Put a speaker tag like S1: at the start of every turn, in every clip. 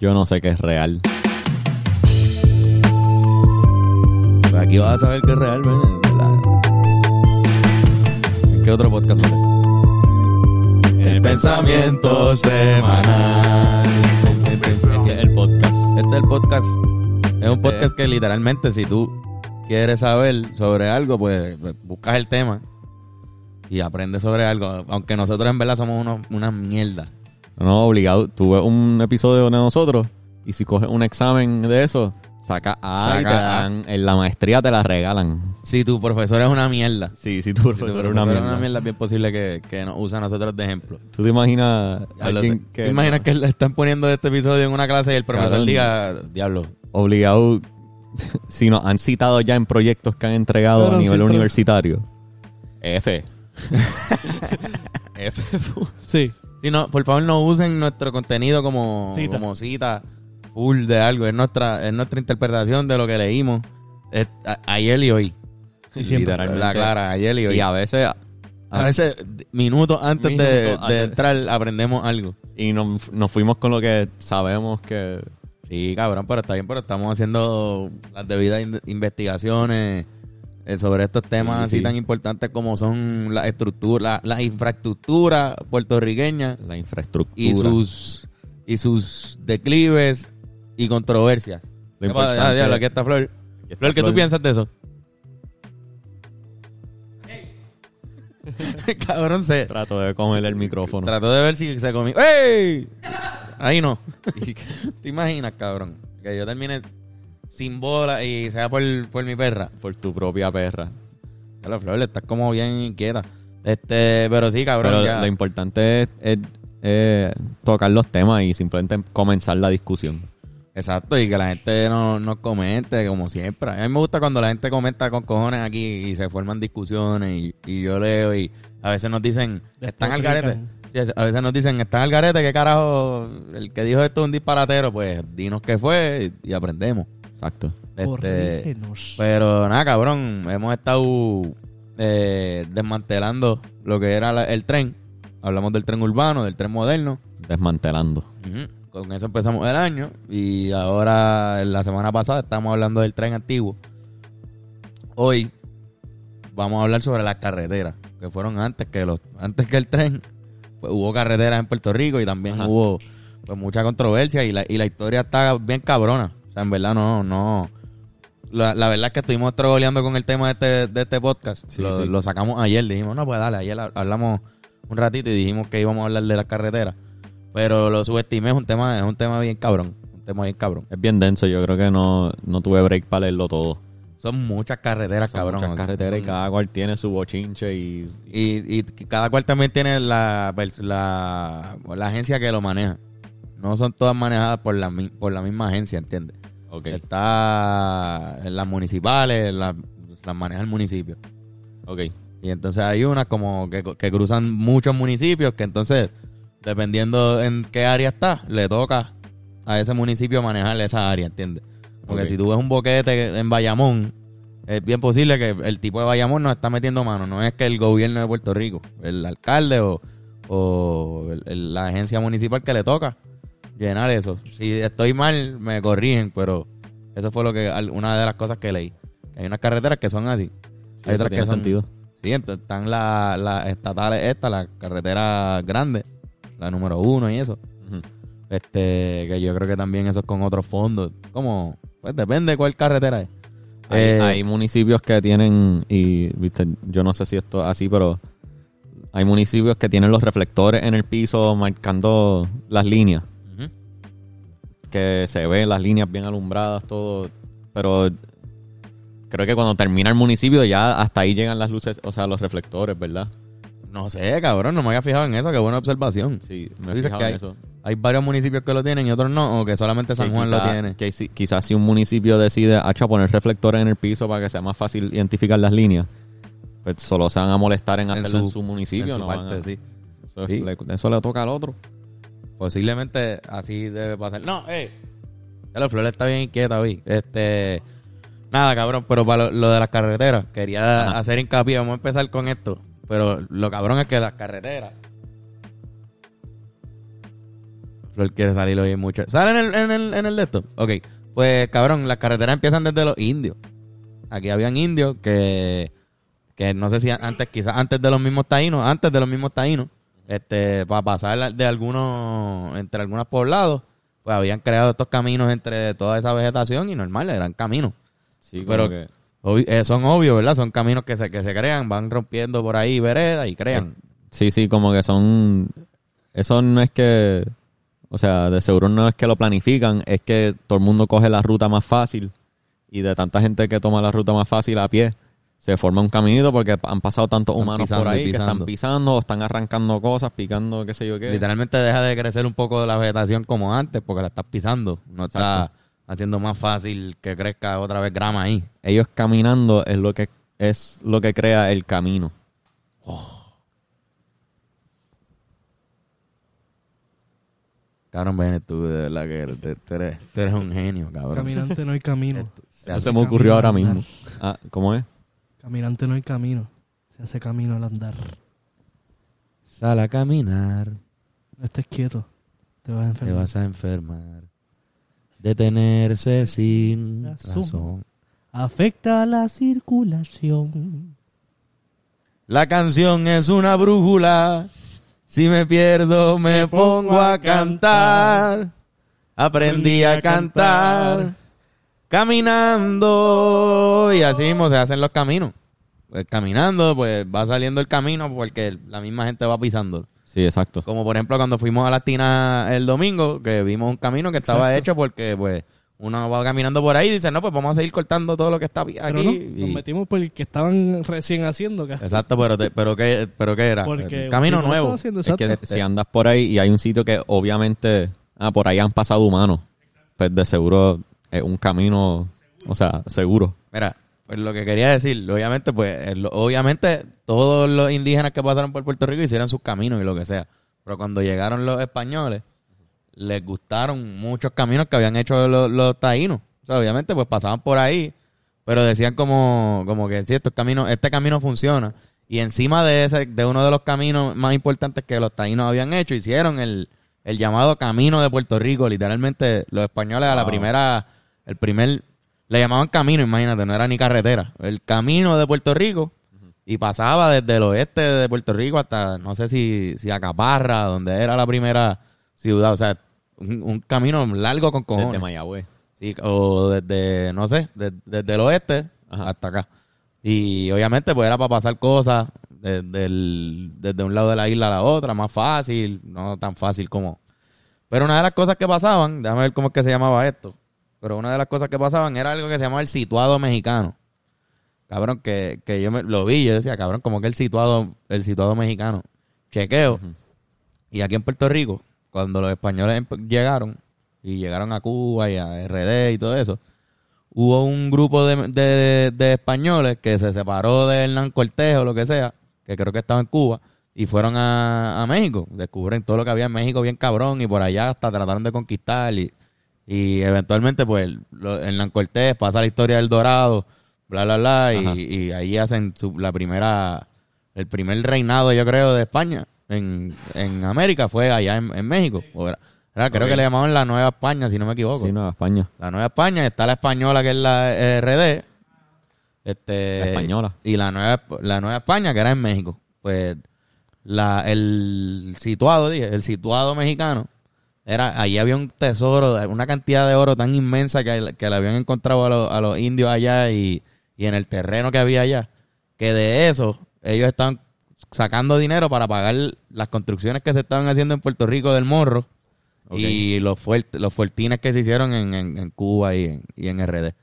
S1: Yo no sé qué es real.
S2: Pero aquí vas a saber que es real, ¿verdad? ¿En qué otro podcast?
S1: El
S2: pensamiento semanal.
S1: Este es el podcast. Eh,
S2: Este es el podcast. Es un podcast que literalmente si tú quieres saber sobre algo, pues pues, buscas el tema y aprendes sobre algo. Aunque nosotros en verdad somos unos, unas mierdas.
S1: No, obligado. Tú ves un episodio de nosotros y si coges un examen de eso, saca A y
S2: Saca
S1: te
S2: A.
S1: dan- en la maestría te la regalan.
S2: Si tu profesor es una mierda.
S1: Sí, sí, tu
S2: Si tu
S1: profesor es una mierda.
S2: es bien posible que, que nos use a nosotros de ejemplo.
S1: ¿Tú te imaginas alguien
S2: Hablo-
S1: que
S2: ¿Te imaginas que le están poniendo este episodio en una clase y el profesor
S1: Cabrón.
S2: diga, diablo?
S1: obligado si nos han citado ya en proyectos que han entregado
S2: Claro,
S1: a nivel
S3: siempre.
S1: universitario? F.
S3: Sí.
S2: Sí, no, por favor, no usen nuestro contenido como
S3: Cita.
S2: como cita full de algo. Es nuestra, es nuestra interpretación de lo que leímos es a- ayer y hoy.
S3: Y siempre.
S1: Literalmente.
S2: La clara, ayer y hoy.
S1: Y a
S2: a,
S1: veces
S2: veces, d- minutos antes de-
S1: Minutos
S2: de,
S1: antes.
S2: entrar, aprendemos algo.
S1: y nos, nos fuimos con lo que sabemos que
S2: Sí, cabrón, pero está bien, pero estamos haciendo las debidas in- investigaciones eh, sobre estos temas
S1: Sí,
S2: así
S1: sí.
S2: tan importantes como son las estructuras, las infraestructuras puertorriqueñas
S1: la infraestructura
S2: y sus y sus declives y controversias.
S1: Lo
S2: Ya, pa- ya,
S1: importante-
S2: diablo, aquí está Flor.
S1: está
S2: Flor, ¿qué
S1: Flor.
S2: tú piensas de eso? Cabrón, se
S1: trato de comer el micrófono.
S2: trató de ver si se comió. ¡Ey! Ahí no. ¿Te imaginas, cabrón? Que yo termine sin bola y sea por, por mi perra.
S1: por tu propia perra.
S2: Ya la Flor, estás como bien inquieta. Este, pero sí, cabrón.
S1: Pero
S2: ya.
S1: lo importante es, es- es tocar los temas y simplemente comenzar la discusión.
S2: Exacto, y que la gente no- nos comente, como siempre. A mí me gusta cuando la gente comenta con cojones aquí y se forman discusiones y, y yo leo y a veces nos dicen, están al garete.
S3: Despotrican.
S2: Sí, a veces nos dicen, están al garete, ¿qué carajo? El que dijo esto es un disparatero, pues dinos qué fue y, y aprendemos.
S1: Exacto.
S2: Este,
S3: Corrígenos.
S2: pero nada, cabrón, hemos estado eh, desmantelando lo que era la- el tren. Hablamos del tren urbano, del tren moderno.
S1: Desmantelando.
S2: Ujú. Con eso empezamos el año y ahora la semana pasada estamos hablando del tren antiguo. Hoy vamos a hablar sobre las carreteras que fueron antes que los antes que el tren. Pues hubo carreteras en Puerto Rico y también
S1: Ajá.
S2: hubo pues, mucha controversia y la, y la historia está bien cabrona. O sea, en verdad no no la, la verdad es que estuvimos troleando con el tema de este, de este podcast.
S1: Sí,
S2: lo,
S1: sí.
S2: lo sacamos ayer. Dijimos, no, pues dale, ayer ha- hablamos un ratito y dijimos que íbamos a hablar de las carreteras. Pero lo subestimé, es un tema, es un tema bien cabrón. Un tema bien cabrón.
S1: Es bien denso, yo creo que no, no tuve break para leerlo todo.
S2: Son muchas carreteras,
S1: Son
S2: cabrón.
S1: Muchas carreteras y
S2: Son-
S1: cada cual tiene su bochinche y...
S2: y, y cada cual también tiene la, pers- la, la agencia que lo maneja. No son todas manejadas por la, mi- por la misma agencia, ¿entiendes?
S1: Ok,
S2: Eh, Está en las municipales, las las maneja el municipio.
S1: ok.
S2: Y entonces hay unas como que, que cruzan muchos municipios que entonces, dependiendo en qué área está, le toca a ese municipio manejar esa área, ¿entiendes? Porque
S1: Ok.
S2: si tú ves un boquete en Bayamón, es bien posible que el tipo de Bayamón nos está metiendo mano. No es que el gobierno de Puerto Rico, el alcalde o, o el- el- la agencia municipal que le toca llenar eso. Si estoy mal, me corrigen, pero eso fue lo que al- una de las cosas que leí. Hay unas carreteras que son así.
S1: Sí, eso
S2: Hay otras
S1: tiene
S2: que son-
S1: sentido.
S2: Sí, entonces están las las estatales estas, las carreteras grandes, la número uno y eso.
S1: Ujú.
S2: Este, que yo creo que también eso es con otros fondos. Como, pues depende de cuál carretera es.
S1: Hay,
S2: Eh,
S1: hay municipios que tienen, y viste, yo no sé si esto es así, pero hay municipios que tienen los reflectores en el piso marcando las líneas,
S2: ujú.
S1: que se ven las líneas bien alumbradas, todo, pero creo que cuando termina el municipio ya hasta ahí llegan las luces, o sea, los reflectores, ¿verdad?
S2: No sé, cabrón, no me había fijado en eso, qué buena observación.
S1: Sí, me
S2: Tú
S1: he
S2: dices
S1: fijado
S2: que
S1: en
S2: hay-
S1: eso.
S2: Hay varios municipios que lo tienen y otros no, o que solamente San
S1: Que
S2: Juan
S1: quizá-
S2: lo tiene.
S1: Que si- quizás si un municipio decide hacha, poner reflectores en el piso para que sea más fácil identificar las líneas, pues solo se van a molestar en
S2: En
S1: hacerlo en
S2: su-
S1: su, municipio.
S2: en su
S1: no van
S2: parte,
S1: a-
S2: sí.
S1: Eso,
S2: Sí.
S1: Le, eso le toca al otro.
S2: Posiblemente así debe pasar. No, eh. Ya la flor está bien inquieta hoy. Este. Nada, cabrón, pero para lo, lo de las carreteras, quería
S1: Ajá.
S2: hacer hincapié. Vamos a empezar con esto. Pero lo cabrón es que las carreteras. Flor quiere salir hoy mucho. ¿Sale en el, en el, en el de esto? Ok. Pues, cabrón, las carreteras empiezan desde los indios. Aquí habían indios que, que no sé si antes, quizás antes de los mismos taínos, antes de los mismos taínos, este, para pasar de algunos, entre algunos poblados, pues habían creado estos caminos entre toda esa vegetación y normal, eran caminos.
S1: Sí,
S2: Pero-
S1: pero que
S2: Obvi- eh, son obvios, ¿verdad? Son caminos que se, que se crean, van rompiendo por ahí veredas y crean.
S1: Sí, sí, como que son. Eso no es que. O sea, de seguro no es que lo planifican, es que todo el mundo coge la ruta más fácil y de tanta gente que toma la ruta más fácil a pie, se forma un caminito porque han pasado tantos
S2: Están
S1: humanos
S2: pisando
S1: por
S2: y
S1: ahí que
S2: pisando.
S1: están pisando, están arrancando cosas, picando qué sé yo qué.
S2: Literalmente deja de crecer un poco de la vegetación como antes porque la estás pisando. No está haciendo más fácil que crezca otra vez grama ahí.
S1: Ellos caminando es lo que es lo que crea el camino.
S2: Cabrón, ven tú, de verdad que eres- te- tú eres, tú eres un genio, cabrón.
S3: Caminante no hay camino.
S2: Se
S1: Eso
S2: hace-
S1: se me
S3: camino
S1: ocurrió
S3: al
S1: ahora
S3: andar.
S1: mismo. Ah, ¿Cómo es?
S3: Caminante no hay camino. Se hace camino al andar.
S2: Sal a caminar,
S3: No estés quieto. Te vas a
S2: te
S3: enfermar.
S2: vas a enfermar. Detenerse sin
S3: Razón.
S2: razón.
S3: Afecta la circulación.
S2: La canción es una brújula. Si me pierdo, me, pongo, a cantar. Aprendí a cantar. Caminando. Y así mismo se hacen los caminos. Pues caminando, pues va saliendo el camino porque la misma gente va pisándolo.
S1: Sí, exacto.
S2: Como por ejemplo cuando fuimos a las tinas el domingo, que vimos un camino que estaba hecho porque pues uno va caminando por ahí y dice, no, pues vamos a seguir cortando todo lo que está aquí.
S3: Pero no,
S2: y-
S3: nos metimos por el que estaban recién haciendo. ca-
S2: Exacto, pero, te- pero, ¿qué, pero ¿qué era?
S3: Porque
S2: Camino
S3: porque no
S2: nuevo.
S3: estaba haciendo
S1: Es
S3: exacto.
S1: que si andas por ahí y hay un sitio que obviamente, ah, por ahí han pasado humanos, pues de seguro es un camino, o sea, seguro.
S2: Mira, pues lo que quería decir, obviamente, pues, eh, lo- obviamente todos los indígenas que pasaron por Puerto Rico hicieron sus caminos y lo que sea. Pero cuando llegaron los españoles, les gustaron muchos caminos que habían hecho los, los taínos. O sea, obviamente, pues pasaban por ahí, pero decían como, como que sí, estos caminos, este camino funciona. Y encima de ese, de uno de los caminos más importantes que los taínos habían hecho, hicieron el, el llamado Camino de Puerto Rico. Literalmente, los españoles a la
S1: Wow.
S2: primera, el primer, le llamaban camino, imagínate, no era ni carretera. El camino de Puerto Rico. Y pasaba desde el oeste de Puerto Rico hasta, no sé si, si Acaparra, donde era la primera ciudad. O sea, un, un camino largo con cojones.
S1: Desde Mayagüez.
S2: Sí, o desde, no sé, de- desde el oeste
S1: Ajá.
S2: hasta acá. Y obviamente pues era para pasar cosas desde, el- desde un lado de la isla a la otra, más fácil, no tan fácil como... Pero una de las cosas que pasaban, déjame ver cómo es que se llamaba esto, pero una de las cosas que pasaban era algo que se llamaba el situado mexicano. Cabrón, que, que yo me- lo vi, y yo decía, cabrón, como que el situado, el situado mexicano. Chequeo. Y aquí en Puerto Rico, cuando los españoles empe- llegaron, y llegaron a Cuba y a RD y todo eso, hubo un grupo de, de- de españoles que se separó de Hernán Cortés o lo que sea, que creo que estaba en Cuba, y fueron a, a México. Descubren todo lo que había en México bien cabrón y por allá hasta trataron de conquistar y, y eventualmente pues lo- Hernán Cortés pasa la historia del Dorado, bla, bla, bla,
S1: Ajá.
S2: y, y ahí hacen su- la primera, el primer reinado yo creo de España en, en América fue allá en, en México. O era- era- creo
S1: Ok.
S2: que le llamaban la Nueva España, si no me equivoco.
S1: Sí, Nueva España.
S2: La Nueva España, está la española que es la RD. Este,
S1: La española.
S2: Y la nueva, la nueva España que era en México. Pues la, el situado, dije, el situado mexicano. Era, allí había un tesoro, una cantidad de oro tan inmensa que, que le habían encontrado a, los- a los indios allá y, y en el terreno que había allá. Que de eso ellos estaban sacando dinero para pagar las construcciones que se estaban haciendo en Puerto Rico del Morro.
S1: Ok.
S2: Y los, fuert- los fuertines que se hicieron en, en- en Cuba y en, y en RD.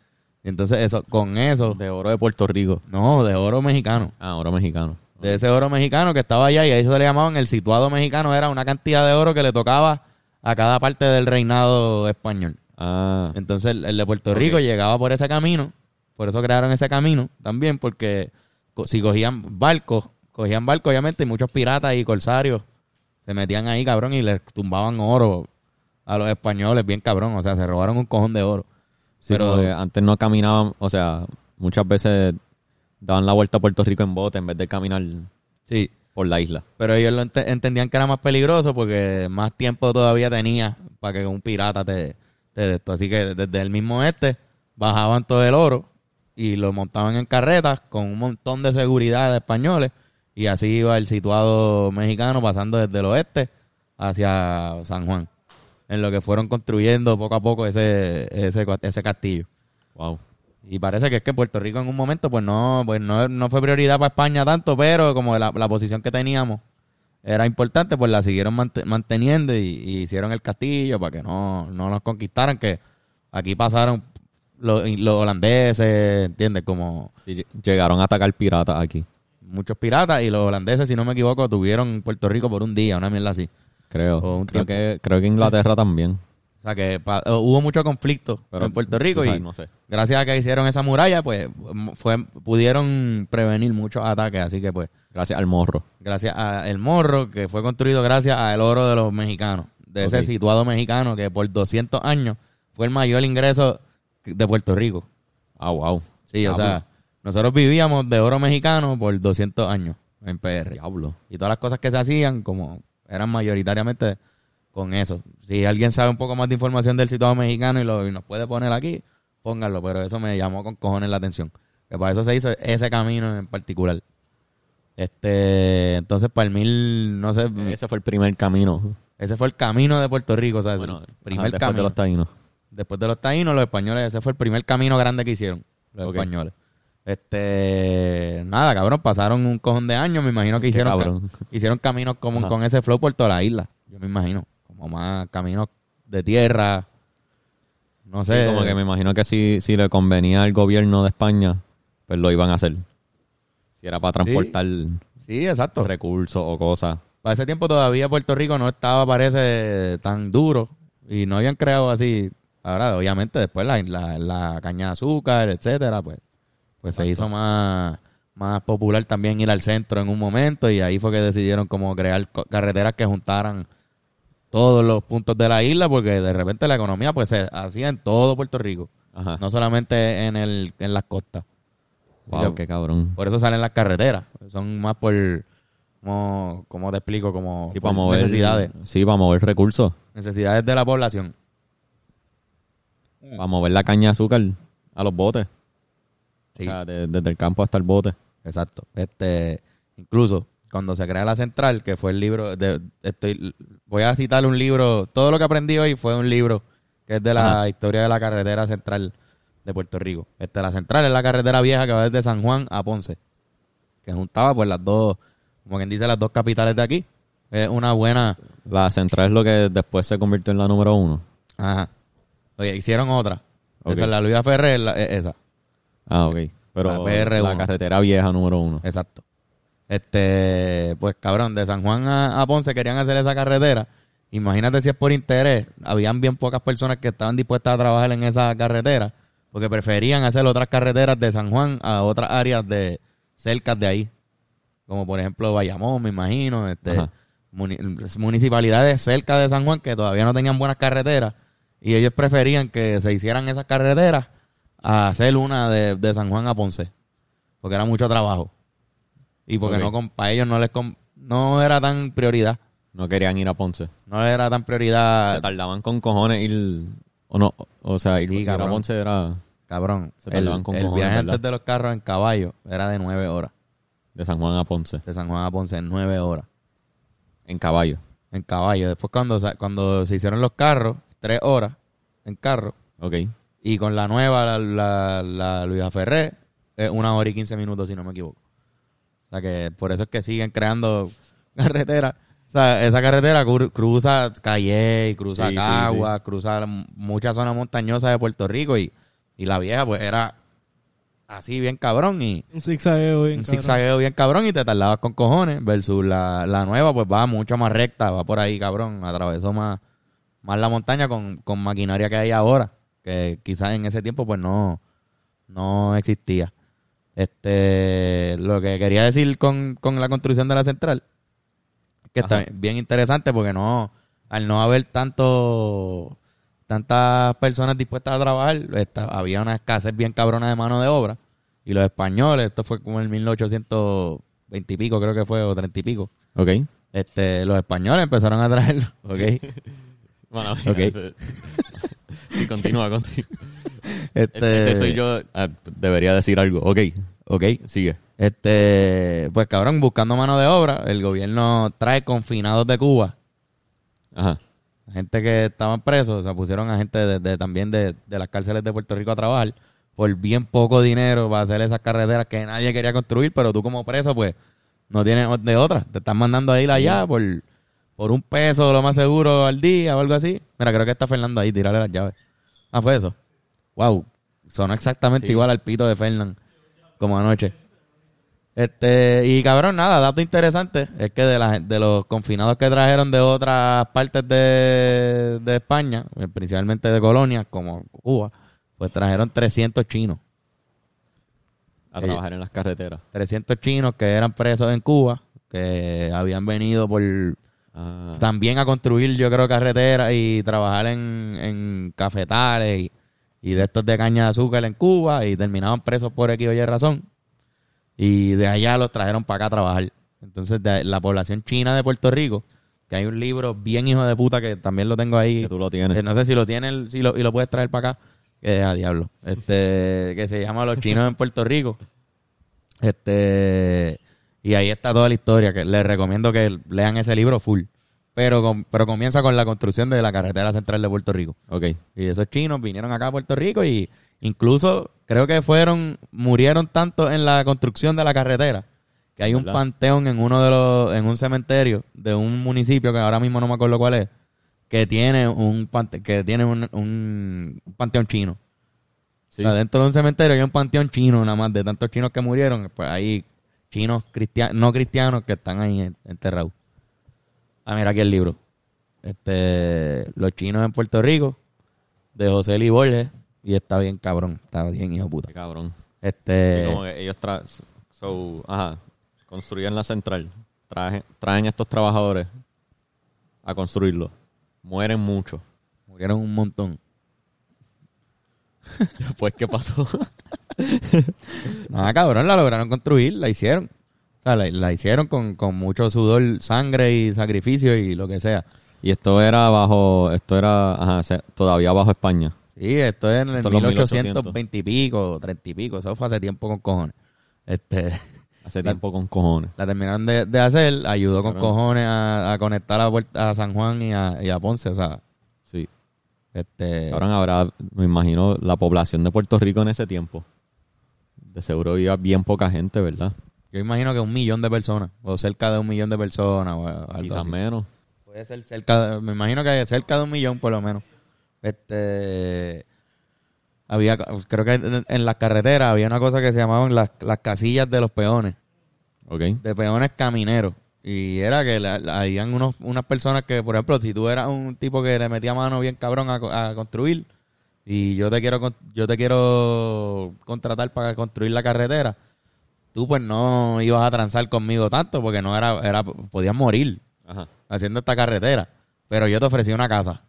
S2: Entonces, eso, con eso,
S1: De oro de Puerto Rico.
S2: no, de oro mexicano.
S1: Ah, oro mexicano.
S2: De ese oro mexicano que estaba allá y a eso le llamaban el situado mexicano. Era una cantidad de oro que le tocaba a cada parte del reinado español.
S1: Ah,
S2: Entonces el, el de Puerto Rico llegaba por ese camino, por eso crearon ese camino también, porque co- si cogían barcos, cogían barcos obviamente y muchos piratas y corsarios se metían ahí, cabrón, y les tumbaban oro a los españoles, bien cabrón, o sea, se robaron un cojón de oro.
S1: sí,
S2: pero-
S1: como que antes no caminaban, o sea, muchas veces daban la vuelta a Puerto Rico en bote en vez de caminar
S2: Sí.
S1: por la isla.
S2: Pero ellos lo ente- entendían que era más peligroso porque más tiempo todavía tenía para que un pirata te, te de esto. Así que desde el mismo este bajaban todo el oro y lo montaban en carretas con un montón de seguridad de españoles y así iba el situado mexicano pasando desde el oeste hacia San Juan. En lo que fueron construyendo poco a poco ese, ese, ese castillo.
S1: Wow.
S2: Y parece que es que Puerto Rico en un momento, pues no, pues no, no fue prioridad para España tanto, pero como la, la posición que teníamos era importante, pues la siguieron mant- manteniendo y, y hicieron el castillo para que no, no nos conquistaran, que aquí pasaron los, los holandeses, ¿entiendes? Como
S1: Sí, lle- llegaron a atacar piratas aquí,
S2: muchos piratas y los holandeses, si no me equivoco, tuvieron Puerto Rico por un día, una mierda así.
S1: creo.
S2: O Oh, un
S1: Creo que, creo que Inglaterra también.
S2: O sea que pa- hubo mucho conflicto
S1: Pero
S2: en Puerto Rico
S1: tú sabes,
S2: y
S1: no sé.
S2: gracias a que hicieron esa muralla, pues m- fue, pudieron prevenir muchos ataques. Así que pues,
S1: Gracias al morro.
S2: gracias a el morro, que fue construido gracias al oro de los mexicanos, de
S1: Ok.
S2: ese situado mexicano que por 200 años fue el mayor ingreso de Puerto Rico.
S1: Ah, pues. wow.
S2: Sí, o sea, nosotros vivíamos de oro mexicano por 200 años en PR.
S1: Diablo.
S2: Y todas las cosas que se hacían, como eran mayoritariamente con eso. Si alguien sabe un poco más de información del situado mexicano y, lo, y nos puede poner aquí, pónganlo. Pero eso me llamó con cojones la atención. Que para eso se hizo ese camino en particular. Este, entonces para el mil, no sé,
S1: Ese fue el primer camino.
S2: ese fue el camino de Puerto Rico, o sea,
S1: Bueno,
S2: el
S1: ajá,
S2: primer
S1: Ah, después
S2: camino.
S1: de los taínos.
S2: Después de los taínos, los españoles, ese fue el primer camino grande que hicieron, los
S1: Ok.
S2: españoles. Este, nada, cabrón, pasaron un cojón de años, me imagino que
S1: Qué
S2: hicieron,
S1: cabrón.
S2: hicieron caminos como
S1: Ajá.
S2: con ese flow por toda la isla, yo me imagino, como más caminos de tierra, no sé.
S1: Sí, como que me imagino que si, si le convenía al gobierno de España, pues lo iban a hacer. Si era para transportar
S2: Sí, exacto.
S1: recursos o cosas.
S2: Para ese tiempo todavía Puerto Rico no estaba, parece, tan duro y no habían creado así. Ahora, obviamente, después la, la- la caña de azúcar, etcétera, pues, pues se hizo más, más popular también ir al centro en un momento y ahí fue que decidieron como crear co- carreteras que juntaran todos los puntos de la isla porque de repente la economía pues se hacía en todo Puerto Rico,
S1: Ajá.
S2: no solamente en, el, en las costas.
S1: wow,
S2: Yo-
S1: qué cabrón.
S2: por eso salen las carreteras. Son más por. Como, ¿Cómo te explico? Como
S1: Sí,
S2: por
S1: para mover,
S2: necesidades.
S1: sí, para mover recursos.
S2: Necesidades de la población.
S1: Para mover la caña de azúcar a los botes.
S2: Sí.
S1: O sea, de- desde el campo hasta el bote.
S2: Exacto. Este, incluso cuando se crea la central, que fue el libro. De, estoy, voy a citar un libro. Todo lo que aprendí hoy fue un libro que es de la historia de la carretera central de Puerto Rico. Este, la central es la carretera vieja que va desde San Juan a Ponce. Que juntaba pues las dos, como quien dice, las dos capitales de aquí. Es una buena.
S1: La central es lo que después se convirtió en la número uno.
S2: Ajá. Oye, hicieron otra.
S1: Ok.
S2: Esa es la Luisa Ferrer, es la- es esa.
S1: Ah, ok. Pero
S2: La
S1: la,
S2: PR1.
S1: carretera vieja número uno.
S2: Exacto. Este, pues cabrón, de San Juan a, a Ponce querían hacer esa carretera. Imagínate si es por interés. Habían bien pocas personas que estaban dispuestas a trabajar en esa carretera porque preferían hacer otras carreteras de San Juan a otras áreas de cerca de ahí. Como por ejemplo Bayamón, me imagino, este,
S1: Ajá.
S2: muni- municipalidades cerca de San Juan que todavía no tenían buenas carreteras y ellos preferían que se hicieran esas carreteras a hacer una de, de San Juan a Ponce porque era mucho trabajo y porque
S1: Ok.
S2: no con- para ellos no les con- no era tan prioridad
S1: No querían ir a Ponce.
S2: no les era tan
S1: se
S2: prioridad
S1: tardaban con cojones ir. O no, o sea, ir,
S2: Ah. Sí,
S1: ir a
S2: cabrón.
S1: Ponce era
S2: cabrón
S1: Se
S2: el,
S1: tardaban con
S2: el
S1: cojones,
S2: viaje
S1: ¿verdad?
S2: antes de los carros en caballo era de nueve horas
S1: de San Juan a Ponce,
S2: de San Juan a Ponce nueve horas
S1: en caballo.
S2: en caballo después cuando sa- cuando se hicieron los carros tres horas en carro
S1: Ok.
S2: y con la nueva la, la, la Luisa Ferré es una hora y quince minutos si no me equivoco o sea que por eso es que siguen creando carreteras o sea, esa carretera cru- cruza Calle, cruza
S1: Sí, sí,
S2: Cagua, cruza m- muchas zonas montañosas de Puerto Rico y, y la vieja pues era así bien cabrón y
S3: Un zigzagueo bien
S2: un
S3: cabrón.
S2: zigzagueo bien cabrón y te tardabas con cojones versus la, la nueva pues va mucho más recta, va por ahí cabrón, atravesó más, más la montaña con, con maquinaria que hay ahora, que quizás en ese tiempo pues no, no existía. Este, lo que quería decir con, con la construcción de la central, que
S1: Ajá.
S2: está bien interesante porque no, al no haber tanto tantas personas dispuestas a trabajar, esta- había una escasez bien cabrona de mano de obra. Y los españoles, esto fue como en 1800, 20 y pico creo que fue, o 30 y pico,
S1: Ok.
S2: este, los españoles empezaron a traerlo, ¿ok?
S1: Bueno,
S2: Ok.
S1: sí, continúa, continúa.
S2: Este,
S1: Ese soy yo. ah, debería decir algo. Ok,
S2: Ok,
S1: sigue.
S2: este, pues cabrón, buscando mano de obra, el gobierno trae confinados de Cuba,
S1: Ajá.
S2: gente que estaban presos, o sea, pusieron a gente de, de- también de, de las cárceles de Puerto Rico a trabajar por bien poco dinero para hacer esas carreteras que nadie quería construir, pero tú como preso, pues, no tienes o- de otra. Te están mandando a ir allá por, por un peso, lo más seguro, al día o algo así. Mira, creo que está Fernando ahí, tirarle las llaves. Ah, fue eso. Wow, sonó exactamente
S1: Sí.
S2: igual al pito de Fernando, como anoche. Este, y cabrón, nada, dato interesante es que de, la, gen- de los confinados que trajeron de otras partes de, de España, eh, principalmente de colonias como Cuba, pues trajeron 300 chinos.
S1: A
S2: Ey.
S1: trabajar en las carreteras.
S2: 300 chinos que eran presos en Cuba, que habían venido por
S1: Ah,
S2: también a construir, yo creo, carreteras y trabajar en, en cafetales y, y de estos de caña de azúcar en Cuba y terminaban presos por X o Y razón. Y de allá los trajeron para acá a trabajar. Entonces, de la población china de Puerto Rico, que hay un libro bien hijo de puta que también lo tengo ahí.
S1: que tú lo tienes.
S2: Eh, no sé si lo tienes si lo, y lo puedes traer para acá. Eh, a diablo. Este, que se llama Los Chinos en Puerto Rico. Este, y ahí está toda la historia. Que les recomiendo que lean ese libro full. Pero, com- pero comienza con la construcción de la carretera central de Puerto Rico.
S1: Ok.
S2: Y esos chinos vinieron acá a Puerto Rico y incluso creo que fueron, murieron tanto en la construcción de la carretera que hay un
S1: ¿Verdad?
S2: panteón en uno de los, en un cementerio de un municipio que ahora mismo no me acuerdo cuál es, que tiene un pante- que tiene un, un panteón chino.
S1: Sí.
S2: O sea, dentro de un cementerio hay un panteón chino nada más de tantos chinos que murieron, pues hay chinos cristianos, no cristianos que están ahí en- enterrados. Ah, mira aquí el libro. Este, los chinos en Puerto Rico, de José Eli Borges, y está bien cabrón, está bien hijo de puta.
S1: Qué cabrón.
S2: Este,
S1: Y como que ellos tra so, ajá, construyen la central, traje- traen a estos trabajadores a construirlo. Mueren mucho.
S2: murieron un montón.
S1: Después, ¿qué pasó?
S2: Nada, ah, cabrón, la lograron construir, la hicieron. O sea, la, la hicieron con, con mucho sudor, sangre y sacrificio y lo que sea.
S1: y esto era bajo, esto era ajá, se- todavía bajo España.
S2: Sí, esto es en el
S1: Esto es los
S2: 1820 y pico, 30 y pico, eso fue hace tiempo con cojones. Este,
S1: Hace tiempo con cojones.
S2: la terminaron de, de hacer, ayudó con
S1: Cabrón.
S2: cojones a, a conectar a, Puerta- a San Juan y a, y a Ponce, o sea,
S1: Sí.
S2: este...
S1: Cabrón, ahora me imagino la población de Puerto Rico en ese tiempo. De seguro iba bien poca gente, ¿verdad?
S2: Yo imagino que un millón de personas, o cerca de un millón de personas, o algo
S1: Quizás
S2: así.
S1: menos.
S2: Puede ser cerca, de- me imagino que cerca de un millón por lo menos. Este había creo que en, en las carreteras había una cosa que se llamaban las, las casillas de los peones,
S1: Ok.
S2: de peones camineros. Y era que la- la- habían unos, unas personas que, por ejemplo, si tú eras un tipo que le metía mano bien cabrón a, co- a construir, y yo te quiero con- yo te quiero contratar para construir la carretera, tú pues no ibas a transar conmigo tanto porque no era, era podías morir
S1: Ajá.
S2: haciendo esta carretera, pero yo te ofrecí una casa.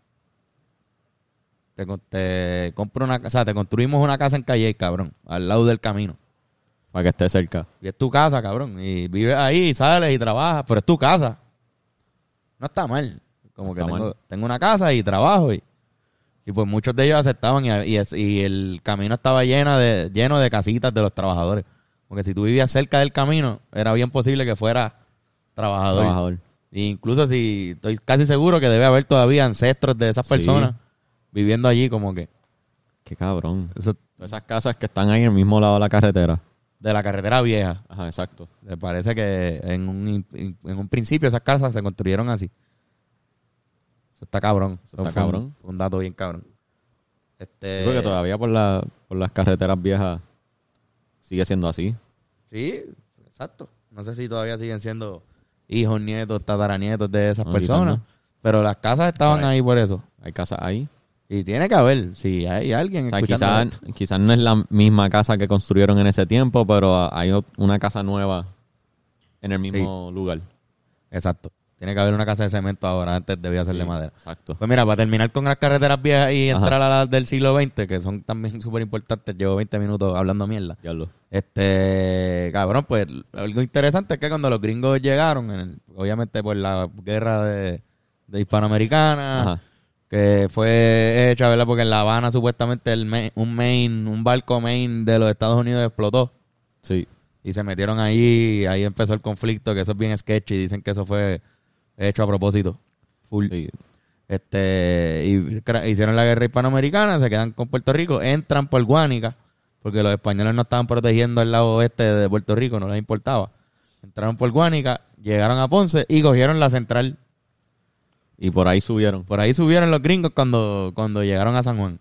S2: Te, con- te compro una, o sea, te construimos una casa en Calle, cabrón, al lado del camino.
S1: Para que esté cerca.
S2: Y es tu casa, cabrón, y vives ahí, y sales y trabajas, pero es tu casa. No está mal. Como
S1: No
S2: que
S1: está
S2: tengo,
S1: mal.
S2: tengo una casa y trabajo y y pues muchos de ellos aceptaban y, y es- y el camino estaba llena de, lleno de casitas de los trabajadores. Porque si tú vivías cerca del camino, era bien posible que fueras trabajador.
S1: Trabajador.
S2: E Incluso si estoy casi seguro que debe haber todavía ancestros de esas
S1: Sí.
S2: personas viviendo allí, como que
S1: Qué cabrón.
S2: eso-
S1: Todas esas casas que están ahí en el mismo lado de la carretera.
S2: de la carretera vieja.
S1: Ajá, exacto.
S2: Me parece que en un, in- en un principio esas casas se construyeron así. Eso está cabrón.
S1: Eso está
S2: fue un-
S1: cabrón.
S2: fue Un, dato bien cabrón. Este,
S1: Yo creo que todavía por, la, por las carreteras viejas sigue siendo así.
S2: Sí, exacto. No sé si todavía siguen siendo hijos, nietos, tataranietos de esas
S1: No, quizás
S2: personas.
S1: no.
S2: Pero las casas estaban
S1: Por ahí.
S2: ahí por eso.
S1: Hay casas ahí.
S2: Y tiene que haber, si hay alguien
S1: O sea,
S2: escuchando
S1: quizás
S2: esto.
S1: quizás no es la misma casa que construyeron en ese tiempo, pero hay o- una casa nueva en el mismo lugar.
S2: Exacto. Tiene que haber una casa de cemento ahora, antes debía ser de
S1: Sí,
S2: madera.
S1: Exacto.
S2: Pues mira, para terminar con las carreteras viejas y
S1: Ajá.
S2: entrar a las del siglo XX, que son también súper importantes, llevo 20 minutos hablando mierda.
S1: Diablo.
S2: Este, cabrón, pues algo interesante es que cuando los gringos llegaron, en el- obviamente por la guerra de, de hispanoamericana,
S1: Ajá.
S2: que fue hecha, ¿verdad? Porque en La Habana supuestamente el ma- un main, un barco main de los Estados Unidos explotó
S1: Sí.
S2: y se metieron ahí, y ahí empezó el conflicto, que eso es bien sketchy, dicen que eso fue hecho a propósito. Full.
S1: Sí.
S2: Este, y cra- hicieron la guerra hispanoamericana, se quedan con Puerto Rico, entran por Guánica, porque los españoles no estaban protegiendo el lado oeste de Puerto Rico, no les importaba. Entraron por Guánica, llegaron a Ponce y cogieron la central.
S1: Y por ahí subieron.
S2: Por ahí subieron los gringos cuando, cuando llegaron a San Juan.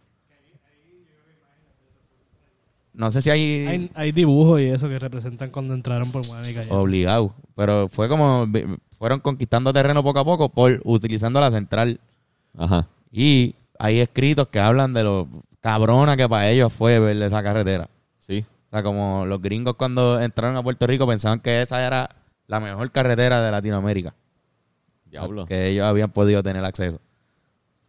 S2: No sé si
S3: Hay, hay dibujos y eso que representan cuando entraron por Guanica. y
S2: Oh,
S3: eso.
S2: Obligado. Pero fue como. vi- Fueron conquistando terreno poco a poco por utilizando la central.
S1: Ajá.
S2: Y hay escritos que hablan de lo cabrona que para ellos fue ver esa carretera.
S1: Sí.
S2: O sea, como los gringos cuando entraron a Puerto Rico pensaban que esa era la mejor carretera de Latinoamérica.
S1: Diablo.
S2: Que ellos habían podido tener acceso.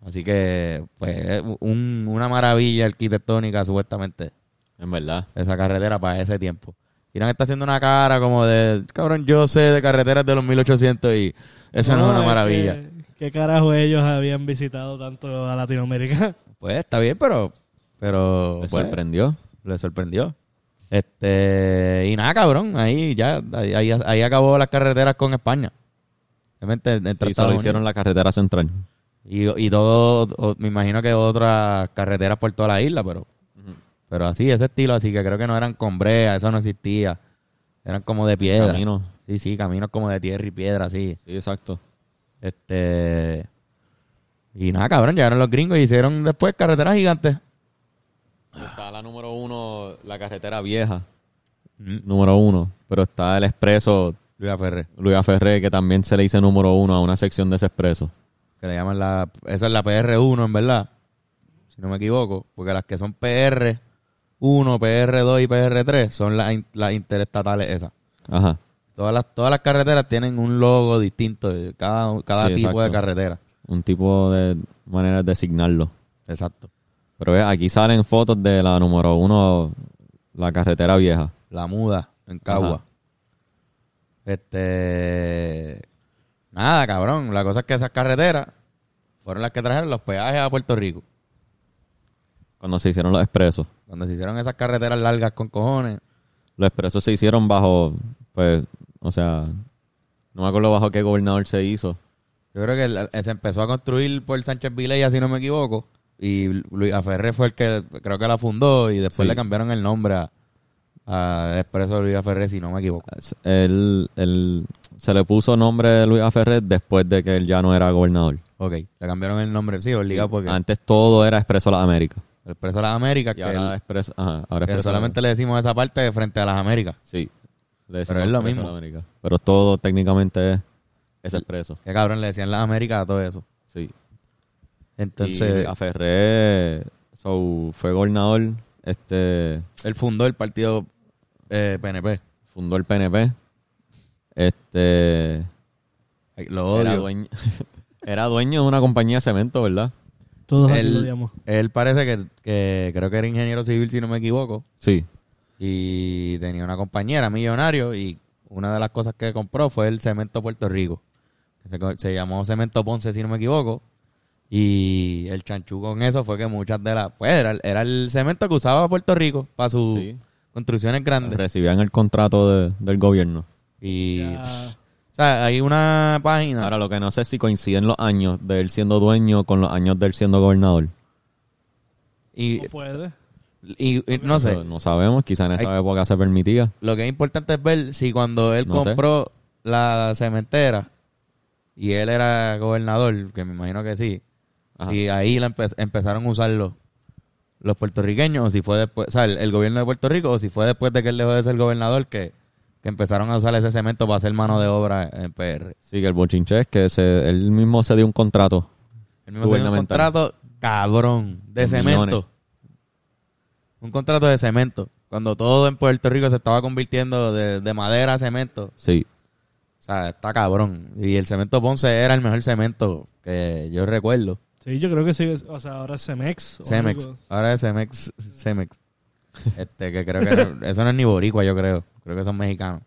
S2: Así que, pues, es un- una maravilla arquitectónica, supuestamente,
S1: En verdad.
S2: esa carretera para ese tiempo. Irán está haciendo una cara como de, cabrón, yo sé de carreteras de los 1800 y eso no, es una
S3: que-
S2: maravilla.
S3: ¿Qué carajo ellos habían visitado tanto a Latinoamérica?
S2: Pues está bien, pero, pero
S1: Me
S2: pues,
S1: sorprendió.
S2: le sorprendió. Este, y nada, cabrón, ahí ya, ahí, ahí- ahí acabó las carreteras con España. Realmente entre
S1: Sí,
S2: Estados
S1: solo
S2: Unidos.
S1: hicieron la carretera central.
S2: Y, y todo, o- me imagino que otras carreteras por toda la isla, pero, pero así, ese estilo, así que creo que no eran con brea, eso no existía. Eran como de piedra.
S1: Camino.
S2: Sí, sí, caminos como de tierra y piedra, así.
S1: Sí, exacto.
S2: Este. Y nada, cabrón, llegaron los gringos y hicieron después carreteras gigantes. Ah.
S1: Está la número uno, la carretera vieja. Número uno. Pero está el expreso
S2: Mm, Luis Ferrer,
S1: Luis Ferré, que también se le dice número uno a una sección de ese expreso.
S2: que le llaman la. Esa es la PR1, en verdad. Si no me equivoco. Porque las que son PR1, PR2 y PR3 son las, in- las interestatales esas.
S1: Ajá.
S2: Todas las, todas las carreteras tienen un logo distinto, eh, cada, cada
S1: Sí,
S2: tipo de
S1: exacto.
S2: carretera.
S1: Un tipo de manera de designarlo.
S2: Exacto.
S1: Pero ve, aquí salen fotos de la número uno, la carretera vieja.
S2: La muda en Cagua.
S1: Ajá.
S2: Este. Nada, cabrón. La cosa es que esas carreteras fueron las que trajeron los peajes a Puerto Rico.
S1: Cuando se hicieron los expresos.
S2: Cuando se hicieron esas carreteras largas con cojones.
S1: Los expresos se hicieron bajo, pues, o sea, no me acuerdo bajo qué gobernador se hizo.
S2: Yo creo que la- se empezó a construir por Sánchez Vilella, si no me equivoco. Y Luis Aferré fue el que creo que la fundó y después
S1: Sí.
S2: le cambiaron el nombre a, a Expreso Luis Aferré, si no me equivoco.
S1: Él, él- se le puso nombre de Luis Aferret después de que él ya no era gobernador.
S2: Ok, le cambiaron el nombre, sí, obligado, porque
S1: Antes todo era Expreso Las Américas.
S2: Expreso de las
S1: Ah.
S2: Américas,
S1: Y
S2: que,
S1: ahora
S2: el-
S1: Expreso, ajá, ahora
S2: que
S1: Expreso Las
S2: solamente le decimos esa parte de frente a las Américas.
S1: Sí. Le decimos
S2: Pero es lo
S1: Expreso
S2: mismo.
S1: Las Américas. Pero todo técnicamente es, es Expreso.
S2: Que cabrón, le decían las Américas a todo eso.
S1: Sí.
S2: Entonces,
S1: y ah, Aferré so, fue gobernador, este,
S2: él fundó el partido eh, PNP.
S1: fundó el PNP, este,
S2: Ay, Lo
S1: era
S2: odio.
S1: dueño, era dueño de una compañía de cemento, ¿verdad?
S3: Todos aquí lo
S2: Él,
S3: odiamos.
S2: él parece que, que creo que era ingeniero civil, si no me equivoco.
S1: Sí.
S2: y tenía una compañera millonario y una de las cosas que compró fue el cemento Puerto Rico. que Se, co- se llamó Cemento Ponce, si no me equivoco. Y el chanchú con eso fue que muchas de las... Pues era, el- era el cemento que usaba Puerto Rico para sus
S1: Sí.
S2: construcciones grandes.
S1: Recibían el contrato de- del gobierno.
S2: Y...
S3: Ya.
S2: pff, o sea, hay una página...
S1: Ahora, lo que no sé es si coinciden los años de él siendo dueño con los años de él siendo gobernador.
S2: y,
S3: No puede.
S2: y- y no sé.
S1: Pero no sabemos, quizá en esa época se permitía.
S2: Lo que es importante es ver si cuando él
S1: No sé.
S2: compró la cementera y él era gobernador, que me imagino que sí,
S1: Ajá.
S2: si ahí la empe- empezaron a usarlo los puertorriqueños, o si fue después, o sea, el, el gobierno de Puerto Rico, o si fue después de que él dejó de ser gobernador que, que empezaron a usar ese cemento para hacer mano de obra en PR.
S1: Sí, que el bochinche es que se- él mismo se dio un contrato.
S2: El mismo se dio un
S1: Gubernamental.
S2: contrato cabrón de
S1: De
S2: cemento.
S1: millones.
S2: Un contrato de cemento. Cuando todo en Puerto Rico se estaba convirtiendo de, de madera a cemento.
S1: Sí.
S2: O sea, está cabrón. Y el cemento Ponce era el mejor cemento que yo recuerdo.
S3: Sí, yo creo que sí. O sea, ahora es Cemex. o
S2: Cemex.
S3: algo.
S2: Ahora es Cemex. Cemex. Este, que creo que no- eso no es ni boricua, yo creo. Creo que son mexicanos.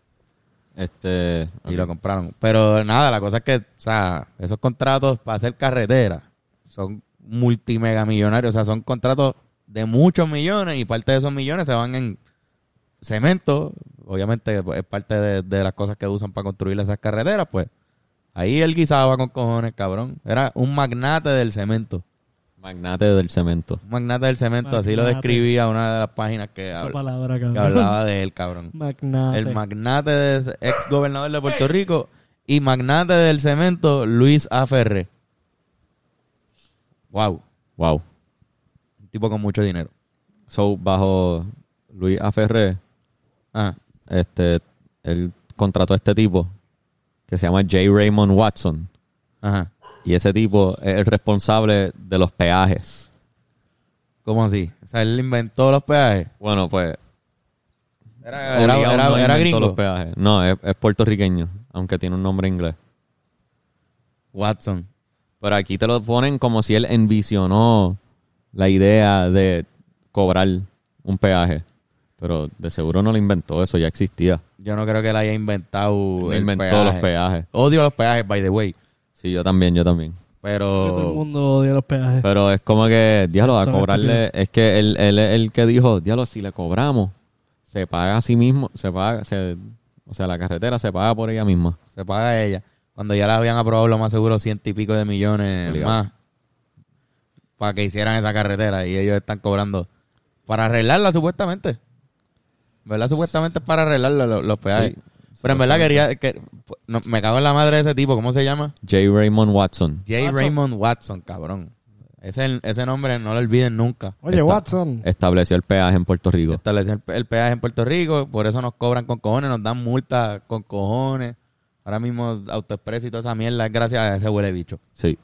S1: Este.
S2: Y lo compraron. Pero nada, la cosa es que, o sea, esos contratos para hacer carretera son multimegamillonarios. O sea, son contratos de muchos millones y parte de esos millones se van en cemento. Obviamente pues, es parte de, de las cosas que usan para construir esas carreteras, pues. Ahí él guisaba con cojones, cabrón. Era un magnate del cemento.
S1: Magnate del cemento.
S2: Un magnate del cemento, así lo
S3: Magnate.
S2: describía una de las páginas que,
S3: Esa
S2: habla-
S3: palabra, cabrón.
S2: que hablaba de él, cabrón.
S3: Magnate.
S2: El magnate de ex gobernador de Puerto Rico y magnate del cemento Luis A. Ferré. Wow,
S1: Wow.
S2: un tipo con mucho dinero.
S1: So, bajo Luis Aferré,
S2: Ajá.
S1: este, él contrató a este tipo que se llama J. Raymond Watson.
S2: Ajá.
S1: Y ese tipo es el responsable de los peajes.
S2: ¿Cómo así? O sea, él inventó los peajes.
S1: Bueno, pues.
S2: Era, era-
S1: obligado
S2: era-
S1: no
S2: era
S1: inventó los
S2: gringo.
S1: peajes. No, es, es puertorriqueño, aunque tiene un nombre inglés.
S2: Watson.
S1: Pero aquí te lo ponen como si él envisionó la idea de cobrar un peaje. Pero de seguro no lo inventó, eso ya existía.
S2: Yo no creo que él haya inventado
S1: Él
S2: Uh, el
S1: inventó
S2: peaje.
S1: los peajes.
S2: Odio los peajes, by the way.
S1: Sí, yo también, yo también.
S3: Todo el
S2: Pero
S3: mundo odia los peajes.
S1: Pero es como que, diablo, a
S3: Son
S1: cobrarle. Es que él, él es el que dijo, diablo, si le cobramos, se paga a sí mismo, se paga, se- o sea, la carretera se paga por ella misma.
S2: se paga ella. Cuando ya la habían aprobado, lo más seguro, ciento y pico de millones
S1: Obligado.
S2: más para que hicieran esa carretera y ellos están cobrando para arreglarla supuestamente. ¿Verdad? Supuestamente es para arreglarla lo- los peajes.
S1: Sí,
S2: Pero en verdad quería... Que, no, me cago en la madre de ese tipo. ¿Cómo se llama?
S1: J. Raymond Watson.
S2: J.
S3: Watson.
S2: Raymond Watson, cabrón. Ese, ese nombre no lo olviden nunca.
S3: Oye,
S1: Está-
S3: Watson.
S2: Eh.
S1: Estableció el peaje en Puerto Rico.
S2: establecer el, el peaje en Puerto Rico, por eso nos cobran con cojones, nos dan multas con cojones. Ahora mismo autoexpreso y toda esa mierda es gracias a ese huele bicho.
S1: Sí.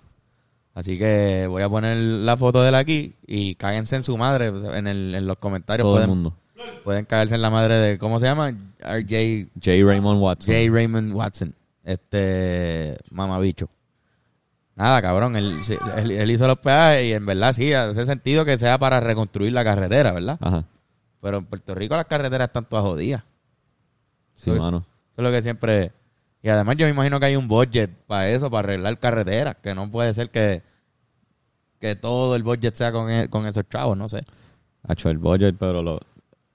S2: Así que voy a poner la foto de él aquí y cáguense en su madre pues, en, el- en los comentarios.
S1: Todo el
S2: pueden,
S1: mundo.
S2: pueden cagarse en la madre de, ¿cómo se llama? RJ
S1: J. Raymond Watson.
S2: J. Raymond Watson. Este mamabicho. Nada, cabrón. Él, sí, él- él hizo los peajes y en verdad sí, hace sentido que sea para reconstruir la carretera, ¿verdad?
S1: Ajá.
S2: Pero en Puerto Rico las carreteras están todas jodidas.
S1: Sí,
S2: Pues-
S1: mano.
S2: Eso es lo que siempre. Y además, yo me imagino que hay un budget para eso, para arreglar carreteras. Que no puede ser que, que todo el budget sea con, e- con esos chavos, no sé.
S1: Ha hecho el budget, pero lo,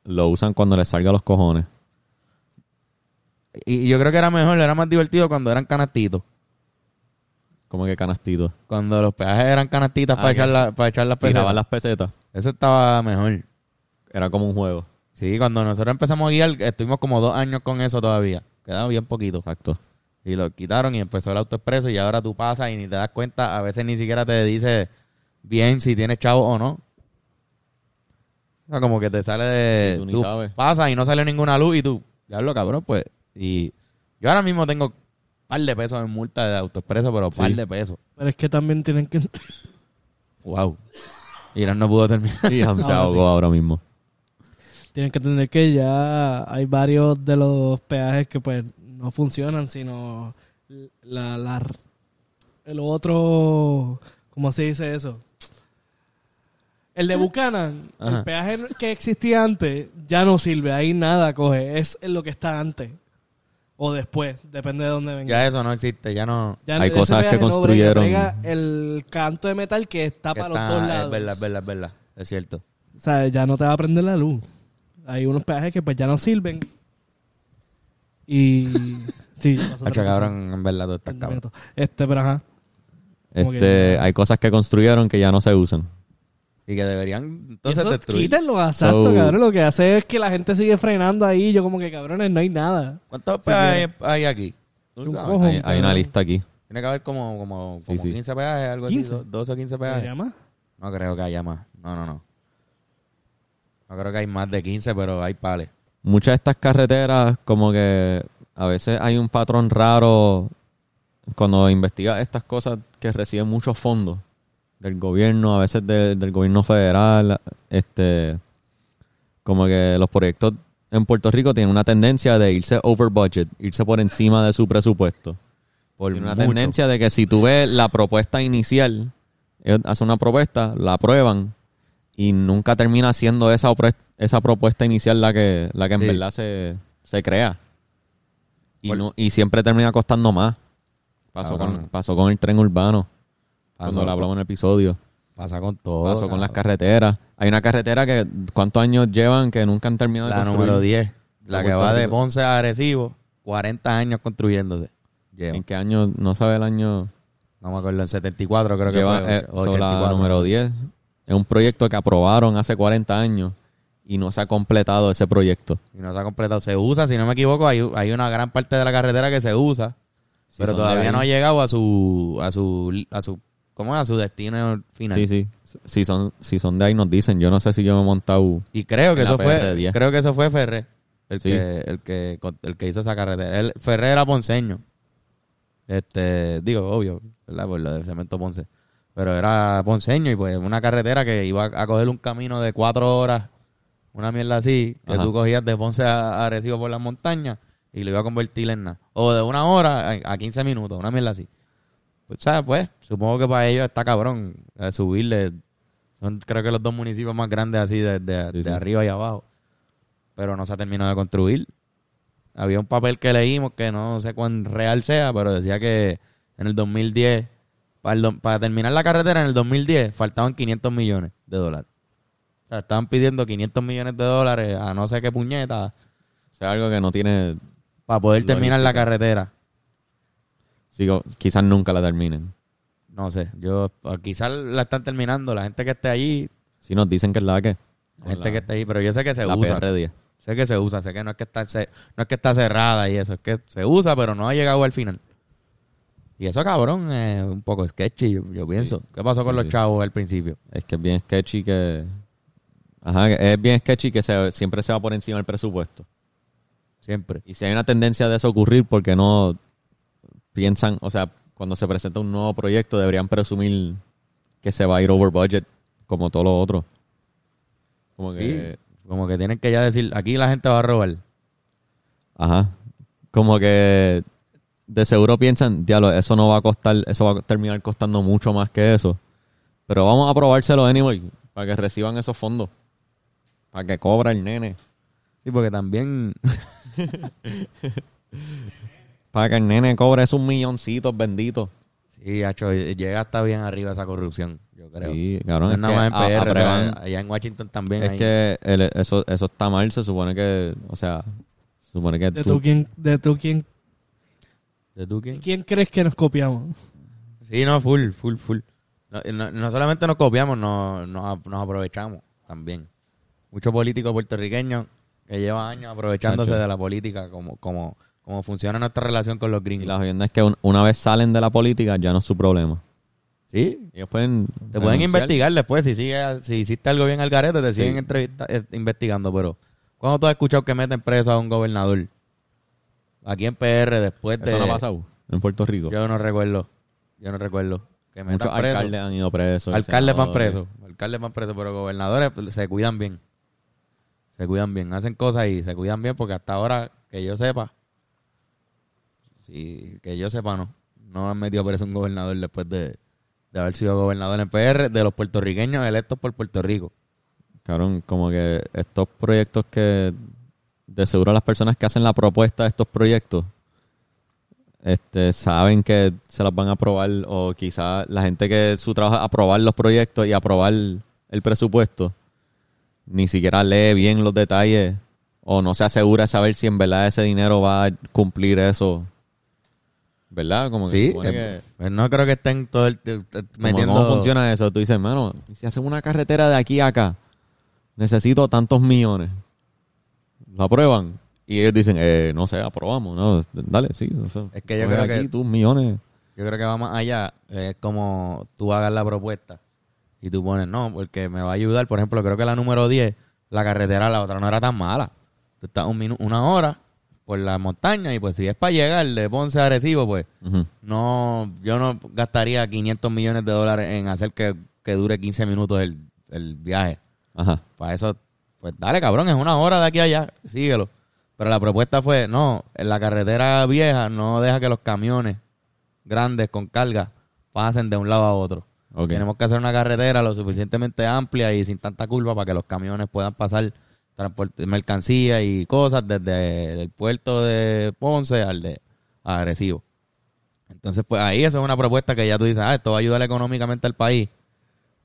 S1: lo usan cuando les salga los cojones.
S2: Y, y yo creo que era mejor, era más divertido cuando eran canastitos.
S1: Como que canastito.
S2: Cuando los peajes eran canastitas
S1: Ah,
S2: para,
S1: que
S2: echar la- para echar las
S3: Pues
S2: pesetas.
S1: Tiraban las pesetas.
S2: Eso estaba mejor.
S1: Era como un juego.
S2: Sí, cuando nosotros empezamos a guiar, estuvimos como dos años con eso todavía. Quedaba bien poquito.
S1: Exacto.
S2: Y lo quitaron y empezó el autoexpreso y ahora tú pasas y ni te das cuenta, a veces ni siquiera te dice bien si tienes chavo o no. O sea, como que te sale de...
S1: Y tú ni sabes.
S2: pasas y no sale ninguna luz y tú, ya lo cabrón, pues. Y yo ahora mismo tengo par de pesos en multa de autoexpreso, pero par
S1: Sí.
S2: de pesos.
S3: Pero es que también tienen que...
S2: Wow. Irán no pudo terminar.
S1: Y Ham se
S3: Ahora
S1: ahogó
S3: sí.
S1: ahora mismo.
S3: Tienen que entender que ya hay varios de los peajes que pues no funcionan, sino la, la- el otro, ¿cómo se dice eso? El de Buchanan,
S2: Eh. Ajá.
S3: el peaje que existía antes ya no sirve, ahí nada coge, es lo que está antes o después, depende de dónde venga.
S2: Ya eso no existe, ya no...
S3: Ya
S1: Hay
S3: ese
S1: cosas que
S3: peaje no
S1: construyeron.
S3: brega, brega el canto de metal que está
S2: que
S3: para
S2: está-
S3: los dos lados.
S2: Es verdad, es verdad, es verdad. Es cierto.
S3: O sea, ya no te va a prender la luz. Hay unos peajes que pues ya no sirven. Y sí, pasa otra
S2: Hacho,
S3: cosa.
S2: cabrón, en verdad tú estás
S3: Un
S2: cabrón.
S3: minuto. Este, pero ajá. Como que-
S1: Este, hay cosas que construyeron que ya no se usan.
S2: Y que deberían entonces
S3: Eso,
S2: destruir.
S3: quítenlo, exacto,
S1: So-
S3: cabrón. Lo que hace es que la gente sigue frenando ahí. Yo como que, cabrones, no hay nada.
S2: ¿Cuántos
S3: que-
S2: peajes hay, aquí? ¿Tú
S3: eh. Un
S2: sabes?
S3: cojón,
S1: Hay, Eh, hay una
S3: cabrón.
S1: lista aquí.
S2: Tiene que haber como, como,
S1: Sí,
S2: como
S1: sí.
S2: 15 peajes, algo
S3: 15.
S2: así, do- 12 o 15
S3: ¿Me
S2: peajes.
S3: llama?
S2: No creo que haya más. No, no, no. No creo que hay más de 15, pero hay pales.
S1: Muchas de estas carreteras, como que a veces hay un patrón raro cuando investigas estas cosas que reciben muchos fondos del gobierno, a veces de- del gobierno federal, este, como que los proyectos en Puerto Rico tiene una tendencia de irse over budget, irse por encima de su presupuesto.
S2: Por
S1: Tiene una
S2: mucho.
S1: tendencia de que si tú ves la propuesta inicial, ellos hacen una propuesta, la aprueban y nunca termina siendo esa, opre- esa propuesta inicial la que, la que en
S2: Sí.
S1: verdad se, se crea. Y,
S2: Por-
S1: no, y siempre termina costando más. Pasó,
S2: Cabrón.
S1: con, pasó con el tren urbano,
S2: Pasó,
S1: cuando lo hablamos en el episodio.
S2: pasa con todo.
S1: Pasó con
S2: cabrón.
S1: las carreteras. Hay una carretera que, ¿cuántos años llevan que nunca han terminado de
S2: La
S1: construir?
S2: número 10. La
S1: De
S2: que
S1: Puerto
S2: va de
S1: Rico.
S2: Ponce a Arecibo. 40 años construyéndose. Lleva.
S1: ¿En qué año? No sabe el año.
S2: No me acuerdo, en 74 creo que
S1: Lleva,
S2: fue.
S1: eh,
S2: och-
S1: sobre la número 10. Es un proyecto que aprobaron hace 40 años y no se ha completado ese proyecto.
S2: Y no se ha completado. Se usa, si no me equivoco, hay, hay una gran parte de la carretera que se usa.
S1: Sí,
S2: pero
S1: son de
S2: todavía
S1: ahí.
S2: no ha llegado a su, a su, a su, ¿cómo es? A su destino final.
S1: Sí, sí. Si son, si son de ahí nos dicen. Yo no sé si yo me he montado...
S2: Y creo que
S1: En la
S2: eso fue,
S1: PR10.
S2: creo que eso fue Ferré, el,
S1: Sí.
S2: que, el, que, con- el que hizo esa carretera. El, Ferré era ponceño. Este, digo, obvio, ¿verdad? Por lo de Cemento Ponce. Pero era ponceño y pues una carretera que iba a coger un camino de cuatro horas, una mierda así, que
S1: Ajá.
S2: tú cogías de Ponce a, a Arecibo por las montañas y lo iba a convertir en nada. O de una hora a, a 15 minutos, una mierda así. Pues, ¿sabes? Pues, supongo que para ellos está cabrón eh, subirle. Son, creo que los dos municipios más grandes así, de, de-
S1: Sí,
S2: de
S1: sí.
S2: arriba y abajo. Pero no se ha terminado de construir. Había un papel que leímos que no sé cuán real sea, pero decía que en el 2010, para, el do- para terminar la carretera en el 2010, faltaban 500 millones de dólares. O sea, estaban pidiendo 500 millones de dólares a no sé qué puñeta
S1: O sea, algo que no tiene...
S2: para poder terminar la
S1: Logística.
S2: carretera.
S1: Sigo, quizás nunca la terminen.
S2: No sé, yo quizás la están terminando, la gente que esté allí,
S1: Si nos dicen que es la que...
S2: la gente que esté allí, pero yo sé que se
S1: la
S2: usa.
S1: PR10.
S2: Sé que se usa, sé que no es que está ce- no es que está cerrada y eso, es que se usa, pero no ha llegado al final. Y eso cabrón es un poco sketchy, yo, yo pienso. ¿Qué pasó con
S1: Sí,
S2: los
S1: sí.
S2: chavos al principio?
S1: Es que es bien sketchy que... Ajá, es bien sketchy que se- siempre se va por encima del presupuesto.
S2: Siempre.
S1: Y si hay una tendencia de eso ocurrir, porque no piensan, o sea, cuando se presenta un nuevo proyecto deberían presumir que se va a ir over budget como todo lo otro. Como que,
S2: Sí, Como que tienen que ya decir, aquí la gente va a robar.
S1: ajá, como que de seguro piensan, diablo, eso no va a costar, eso va a terminar costando mucho más que eso. Pero vamos a probárselo anyway, para que reciban esos fondos, para que cobra el nene,
S2: Sí, porque también
S1: para que el nene cobre esos milloncitos benditos.
S2: sí, hacho, llega hasta bien arriba esa corrupción, yo creo.
S1: Sí,
S2: No
S1: cabrón,
S2: es
S1: es
S2: nada más en
S1: que a-
S2: PR, o sea,
S1: aprueban-
S2: allá en Washington también
S1: Es
S2: hay-
S1: que el- eso, eso está mal, se supone que, o sea, se supone que
S3: ¿De
S1: tú-
S3: tú quién, de tú quién,
S2: ¿De tú quién?
S3: quién crees que nos copiamos?
S2: Sí, no, full, full, full. No, no- no solamente nos copiamos, no, nos, nos aprovechamos también. Muchos políticos puertorriqueños que llevan años aprovechándose
S1: Chacho.
S2: de la política, como, como, como funciona nuestra relación con los
S1: y
S2: gringos.
S1: la jodienda es que un- una vez salen de la política ya no es su problema.
S2: Sí,
S1: Ellos pueden...
S2: te pueden
S1: renunciar.
S2: investigar después. Si sigue, si hiciste algo bien al garete, te
S1: Sí.
S2: siguen entrevista- eh, investigando. Pero, ¿cuándo tú has escuchado que meten preso a un gobernador? Aquí en PR, después de.
S1: Eso no ha pasado en Puerto Rico.
S2: Yo no recuerdo. Yo no recuerdo. Que metan
S1: Muchos
S2: preso.
S1: alcaldes han ido presos.
S2: Alcaldes van
S1: senadores.
S2: presos. Alcaldes van presos, pero gobernadores pues, se cuidan bien. Se cuidan bien. Hacen cosas y se cuidan bien porque hasta ahora, que yo sepa, sí, que yo sepa, no. No han metido preso un gobernador después de, de haber sido gobernador en PR de los puertorriqueños electos por Puerto Rico.
S1: Cabrón, como que estos proyectos que... De seguro las personas que hacen la propuesta de estos proyectos este, saben que se las van a aprobar o quizás la gente que su trabajo es aprobar los proyectos y aprobar el presupuesto ni siquiera lee bien los detalles o no se asegura de saber si en verdad ese dinero va a cumplir eso. ¿Verdad? Como que
S2: Sí,
S1: supone
S2: eh,
S1: que-
S2: pues no creo que estén todo el t- t-
S1: como,
S2: metiendo.
S1: ¿Cómo funciona eso? Tú dices, hermano, si hacen una carretera de aquí a acá, necesito tantos millones. ¿Lo aprueban? Y ellos dicen, eh, no sé, aprobamos, ¿no? Dale, sí. o sea,
S2: Es que yo
S1: poner
S2: creo que-
S1: aquí tus millones.
S2: Yo creo que va más allá. Es como tú hagas la propuesta y tú pones, no, porque me va a ayudar. Por ejemplo, creo que la número 10, la carretera, la otra no era tan mala. Tú estás un minu- una hora por la montaña y pues si es para llegar de Ponce a Arecibo, pues
S1: Ujú.
S2: no, yo no gastaría 500 millones de dólares en hacer que, que dure 15 minutos el, el viaje.
S1: Ajá.
S2: Para eso, pues, pues dale, cabrón, es una hora de aquí a allá, síguelo. Pero la propuesta fue, no, en la carretera vieja no deja que los camiones grandes con carga pasen de un lado a otro.
S1: Ok.
S2: Tenemos que hacer una carretera lo suficientemente amplia y sin tanta curva para que los camiones puedan pasar transporte, mercancía y cosas desde el puerto de Ponce al de Agresivo. Entonces, pues ahí esa es una propuesta que ya tú dices, ah, esto va a ayudar económicamente al país.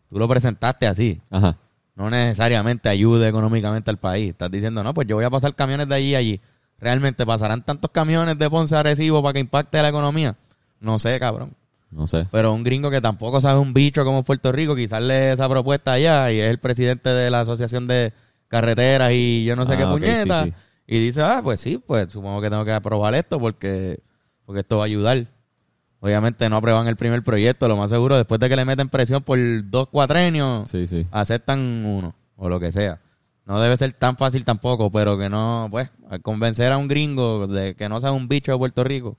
S2: Tú lo presentaste así,
S1: Ajá.
S2: no necesariamente ayude económicamente al país. Estás diciendo, no, pues yo voy a pasar camiones de allí a allí. ¿Realmente pasarán tantos camiones de Ponce a Arecibo para que impacte la economía? No sé, cabrón.
S1: No sé.
S2: Pero un gringo que tampoco sabe un bicho como Puerto Rico, quizás le esa propuesta allá y es el presidente de la asociación de carreteras y yo no sé
S1: Ah,
S2: qué
S1: ok, sí,
S2: puñeta.
S1: sí.
S2: Y dice, ah, pues sí, pues supongo que tengo que aprobar esto porque, porque esto va a ayudar. Obviamente no aprueban el primer proyecto, lo más seguro, después de que le meten presión por dos cuatrenios,
S1: Sí, sí.
S2: aceptan uno o lo que sea. No debe ser tan fácil tampoco, pero que no, pues, al convencer a un gringo de que no sea un bicho de Puerto Rico,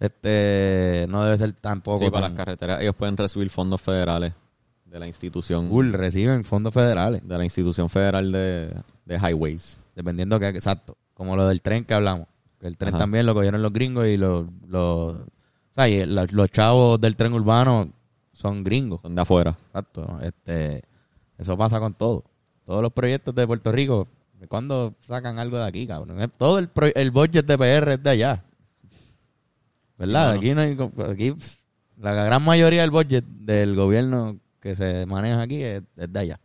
S2: este, no debe ser tampoco.
S1: Sí, para las
S2: tan-
S1: carreteras ellos pueden recibir fondos federales de la institución
S2: Cool, reciben fondos federales,
S1: de la institución federal de, de highways.
S2: dependiendo que, exacto, como lo del tren que hablamos. Que el tren
S1: Ajá.
S2: también lo cogieron los gringos y los, los, o sea, y los, los chavos del tren urbano son gringos.
S1: Son de afuera.
S2: Exacto. ¿no? Este, eso pasa con todo. Todos los proyectos de Puerto Rico, ¿cuándo sacan algo de aquí, cabrón? Es- Todo el, pro- el budget de PR es de allá. ¿Verdad?
S1: Sí,
S2: Aquí no hay co- aquí, pff, la gran mayoría del budget del gobierno que se maneja aquí es, es de allá.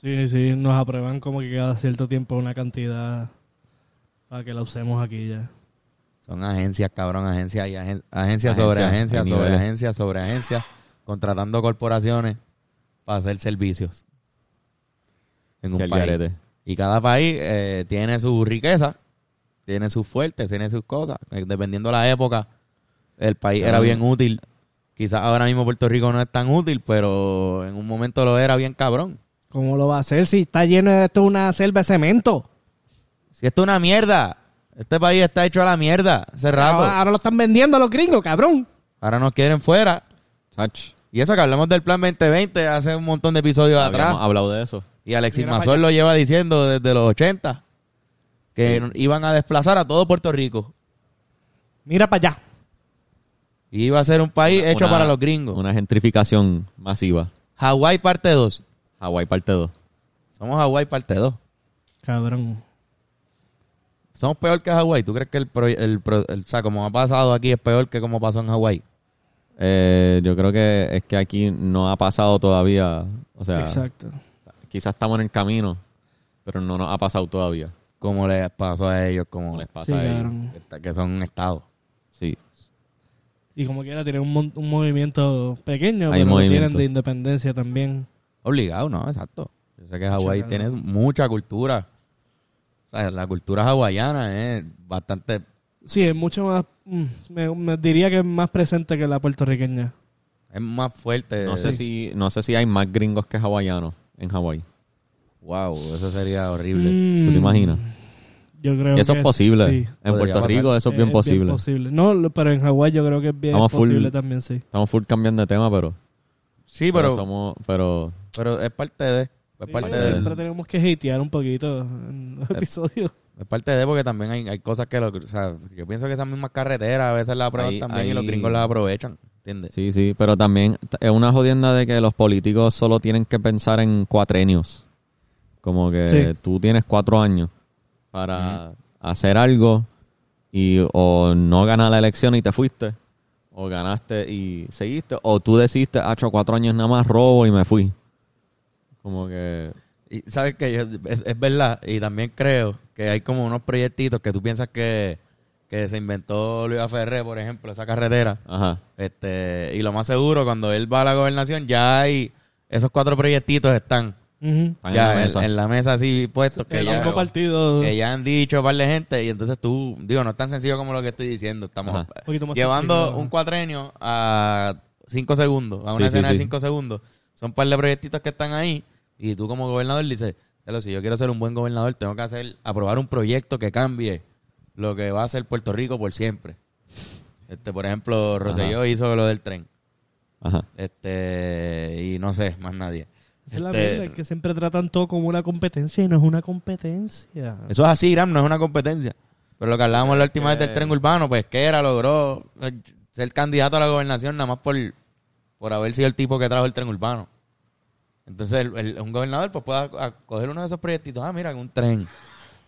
S3: Sí, sí, nos aprueban como que cada cierto tiempo una cantidad para que la usemos aquí ya.
S2: Son agencias, cabrón, agencias y agen-
S1: Agencias,
S2: agencias sobre
S1: hay
S2: agencias, sobre
S1: niveles.
S2: agencias, sobre agencias, contratando corporaciones para hacer servicios en un
S1: Que el
S2: país.
S1: garete.
S2: Y cada país eh, tiene su riqueza, tiene sus fuertes, tiene sus cosas. Eh, Dependiendo de la época, el país
S1: Claro.
S2: era bien útil. Quizás ahora mismo Puerto Rico no es tan útil, pero en un momento lo era bien cabrón.
S3: ¿Cómo lo va a hacer si está lleno de esto una selva de cemento?
S2: Si esto es una mierda, este país está hecho a la mierda,
S3: Ahora,
S2: cerrado.
S3: ahora lo están vendiendo a los gringos, cabrón.
S2: Ahora nos quieren fuera.
S1: Sach.
S2: Y eso que hablamos del plan 2020 hace un montón de episodios
S1: Habíamos
S2: atrás.
S1: hablado de eso.
S2: Y Alexis
S3: Mira pa'
S2: Mazor lo lleva diciendo desde los 80 que iban a desplazar a todo Puerto Rico.
S3: Mira para allá.
S2: Y iba a ser un país
S1: Una-
S2: hecho
S1: una-
S2: para los gringos.
S1: Una gentrificación masiva.
S2: Hawái parte 2.
S1: Hawái parte 2.
S2: Somos Hawái parte 2.
S3: Cabrón.
S2: Somos peor que Hawái. ¿Tú crees que el, pro- el, pro- el- o sea, como ha pasado aquí es peor que como pasó en Hawái?
S1: Eh, yo creo que es que aquí no ha pasado todavía. O sea,
S3: Exacto.
S1: quizás estamos en el camino, pero no nos ha pasado todavía.
S2: Como les pasó a ellos, como
S1: Como les
S2: les
S1: pasa
S3: Sí,
S1: a ellos.
S3: cabrón.
S2: pasa, que son un estado.
S1: Sí.
S3: Y como quiera, tienen un, mon- un movimiento pequeño,
S1: Hay
S3: pero lo tienen
S1: movimiento.
S3: de independencia también.
S2: Obligado, ¿no? Exacto. Yo sé que Hawái
S3: Mucho,
S2: tiene mucha cultura. O sea, la cultura hawaiana es bastante...
S3: Sí, es mucho más. mm, Me, me diría que es más presente que la puertorriqueña.
S2: Es más fuerte.
S1: No sé si no sé si hay más gringos que hawaianos en Hawái.
S2: Wow, eso sería horrible.
S1: ¿Tú te
S3: Mm,
S1: imaginas?
S3: Yo creo
S1: Y eso
S3: que
S1: es posible.
S3: sí.
S1: En
S2: Podría
S1: Puerto
S2: pasar.
S1: Rico eso es bien posible.
S3: No, lo- pero en Hawái yo creo que es bien
S1: Estamos full-
S3: posible también, sí.
S1: Estamos full cambiando de tema, pero
S2: Sí, pero,
S1: pero somos pero
S2: pero es parte de... Es parte
S1: sí,
S2: de...
S1: del-
S3: Siempre tenemos que hatear un poquito en los episodios.
S2: Es parte de porque también hay, hay cosas que... Lo, o sea, yo pienso que esas mismas carreteras a veces las aprueban
S1: Ahí-
S2: también
S1: ahí-
S2: y los gringos las aprovechan. ¿Entiendes?
S1: Sí, sí, pero también t- es una jodienda de que los políticos solo tienen que pensar en cuatrenios. Como que
S3: Sí.
S1: tú tienes cuatro años para hacer algo y o no ganar la elección y te fuiste, o ganaste y seguiste, o tú decidiste, ha hecho cuatro años nada más robo y me fui. Como que...
S2: Y sabes que es, es verdad, y también creo que hay como unos proyectitos que tú piensas que, que se inventó Luis Ferré, por ejemplo, esa carretera.
S1: Ajá.
S2: Este, y lo más seguro, cuando él va a la gobernación, ya hay esos cuatro proyectitos están
S3: Ujú.
S1: están
S2: ya
S1: en la
S2: en-
S1: mesa.
S2: en la mesa así puestos que
S3: el
S2: ya,
S3: mismo partido.
S2: que ya han dicho un par de gente. Y entonces tú, digo, no es tan sencillo como lo que estoy diciendo. Estamos
S1: Ajá.
S3: Un poquito más
S2: llevando
S3: complicado.
S2: un cuatrenio a cinco segundos, a una
S1: Sí, sí,
S2: escena
S1: sí.
S2: de cinco segundos. Son un par de proyectitos que están ahí. Y tú como gobernador dices, "Diablo, si yo quiero ser un buen gobernador, tengo que hacer, aprobar un proyecto que cambie lo que va a ser Puerto Rico por siempre. Este, por ejemplo, Rosselló hizo lo del tren.
S1: Ajá.
S2: Este, y no sé, más nadie.
S3: Esa es la
S2: Este-
S3: mierda, es que siempre tratan todo como una competencia y no es una competencia.
S2: Eso es así, Iram, no es una competencia. Pero lo que hablábamos la última vez del
S1: Eh.
S2: tren urbano, pues que era, logró eh, ser candidato a la gobernación nada más por, por haber sido el tipo que trajo el tren urbano. Entonces, el- el- un gobernador pues puede ac- ac- coger uno de esos proyectitos. Ah, mira, un tren.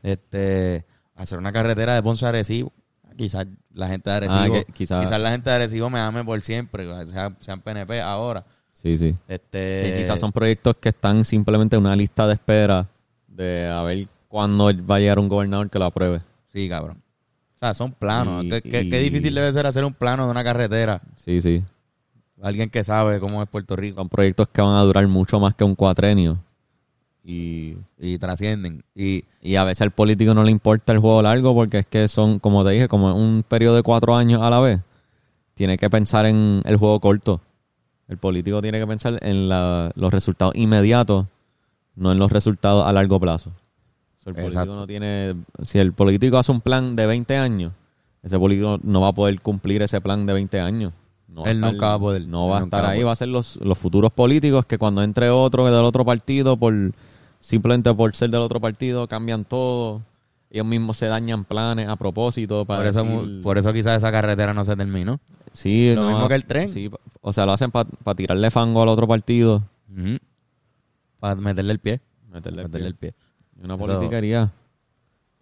S2: Este, hacer una carretera de Ponce a Arecibo. Quizás la gente de Arecibo,
S1: Ah, que- quizás-
S2: quizás la gente de Arecibo me ame por siempre, sean, sean PNP ahora.
S1: Sí, sí.
S2: Este,
S1: Que quizás son proyectos que están simplemente en una lista de espera de a ver cuándo va a llegar un gobernador que lo apruebe.
S2: Sí, cabrón. O sea, son planos.
S1: Y-
S2: ¿Qué, qué-
S1: y-
S2: qué difícil debe ser hacer un plano de una carretera.
S1: Sí, sí.
S2: Alguien que sabe cómo es Puerto Rico.
S1: Son proyectos que van a durar mucho más que un cuatrenio. Y,
S2: Y trascienden. Y
S1: y a veces al político no le importa el juego largo porque es que son, como te dije, como un periodo de cuatro años a la vez. Tiene que pensar en el juego corto. El político tiene que pensar en la- los resultados inmediatos, no en los resultados a largo plazo. O sea, el político
S2: Exacto.
S1: no tiene, si el político hace un plan de 20 años, ese político no va a poder cumplir ese plan de 20 años. No
S2: Él
S1: estar-
S2: nunca va a poder.
S1: No va
S2: Él
S1: a
S2: nunca
S1: estar
S2: va a
S1: ahí,
S2: poder.
S1: va a ser los, los futuros políticos que cuando entre otro del otro partido, por simplemente por ser del otro partido, cambian todo. Ellos mismos se dañan planes a propósito. Para
S2: por eso,
S1: decir-
S2: por eso quizás esa carretera no se terminó.
S1: sí,
S2: lo mismo que el tren.
S1: sí, pa- o sea, lo hacen para tirarle fango al otro partido.
S2: Ujú. Para meterle el pie.
S1: Meterle, el
S2: meterle el
S1: pie.
S2: pie.
S1: Una
S2: Eso-
S1: politiquería.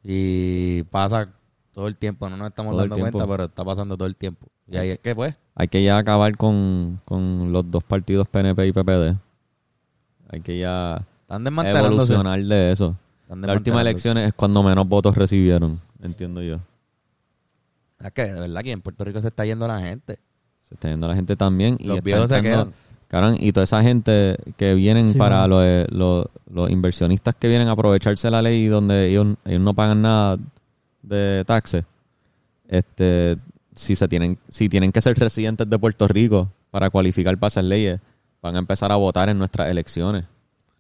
S2: Y pasa todo el tiempo. No nos estamos
S1: Todo el
S2: dando
S1: tiempo.
S2: cuenta, pero está pasando todo el tiempo. Y ahí es que, pues,
S1: Hay que ya acabar con, con los dos partidos PNP y PPD. Hay que ya
S2: están desmantelándose.
S1: evolucionar de eso.
S2: Están
S1: Las últimas
S2: desmantelándose.
S1: elecciones es cuando menos votos recibieron, entiendo yo.
S2: Es que, de verdad, que en Puerto Rico se está yendo la gente.
S1: Se está yendo la gente también. Y
S2: Los
S1: están
S2: viejos se
S1: entrando-
S2: quedan.
S1: Cabrón, y toda esa gente que vienen
S3: Sí,
S1: para
S3: mano.
S1: los, eh, los- los inversionistas que vienen a aprovecharse la ley donde ellos, ellos no pagan nada de taxes. Este, si se tienen, si tienen que ser residentes de Puerto Rico para cualificar para esas leyes, van a empezar a votar en nuestras elecciones.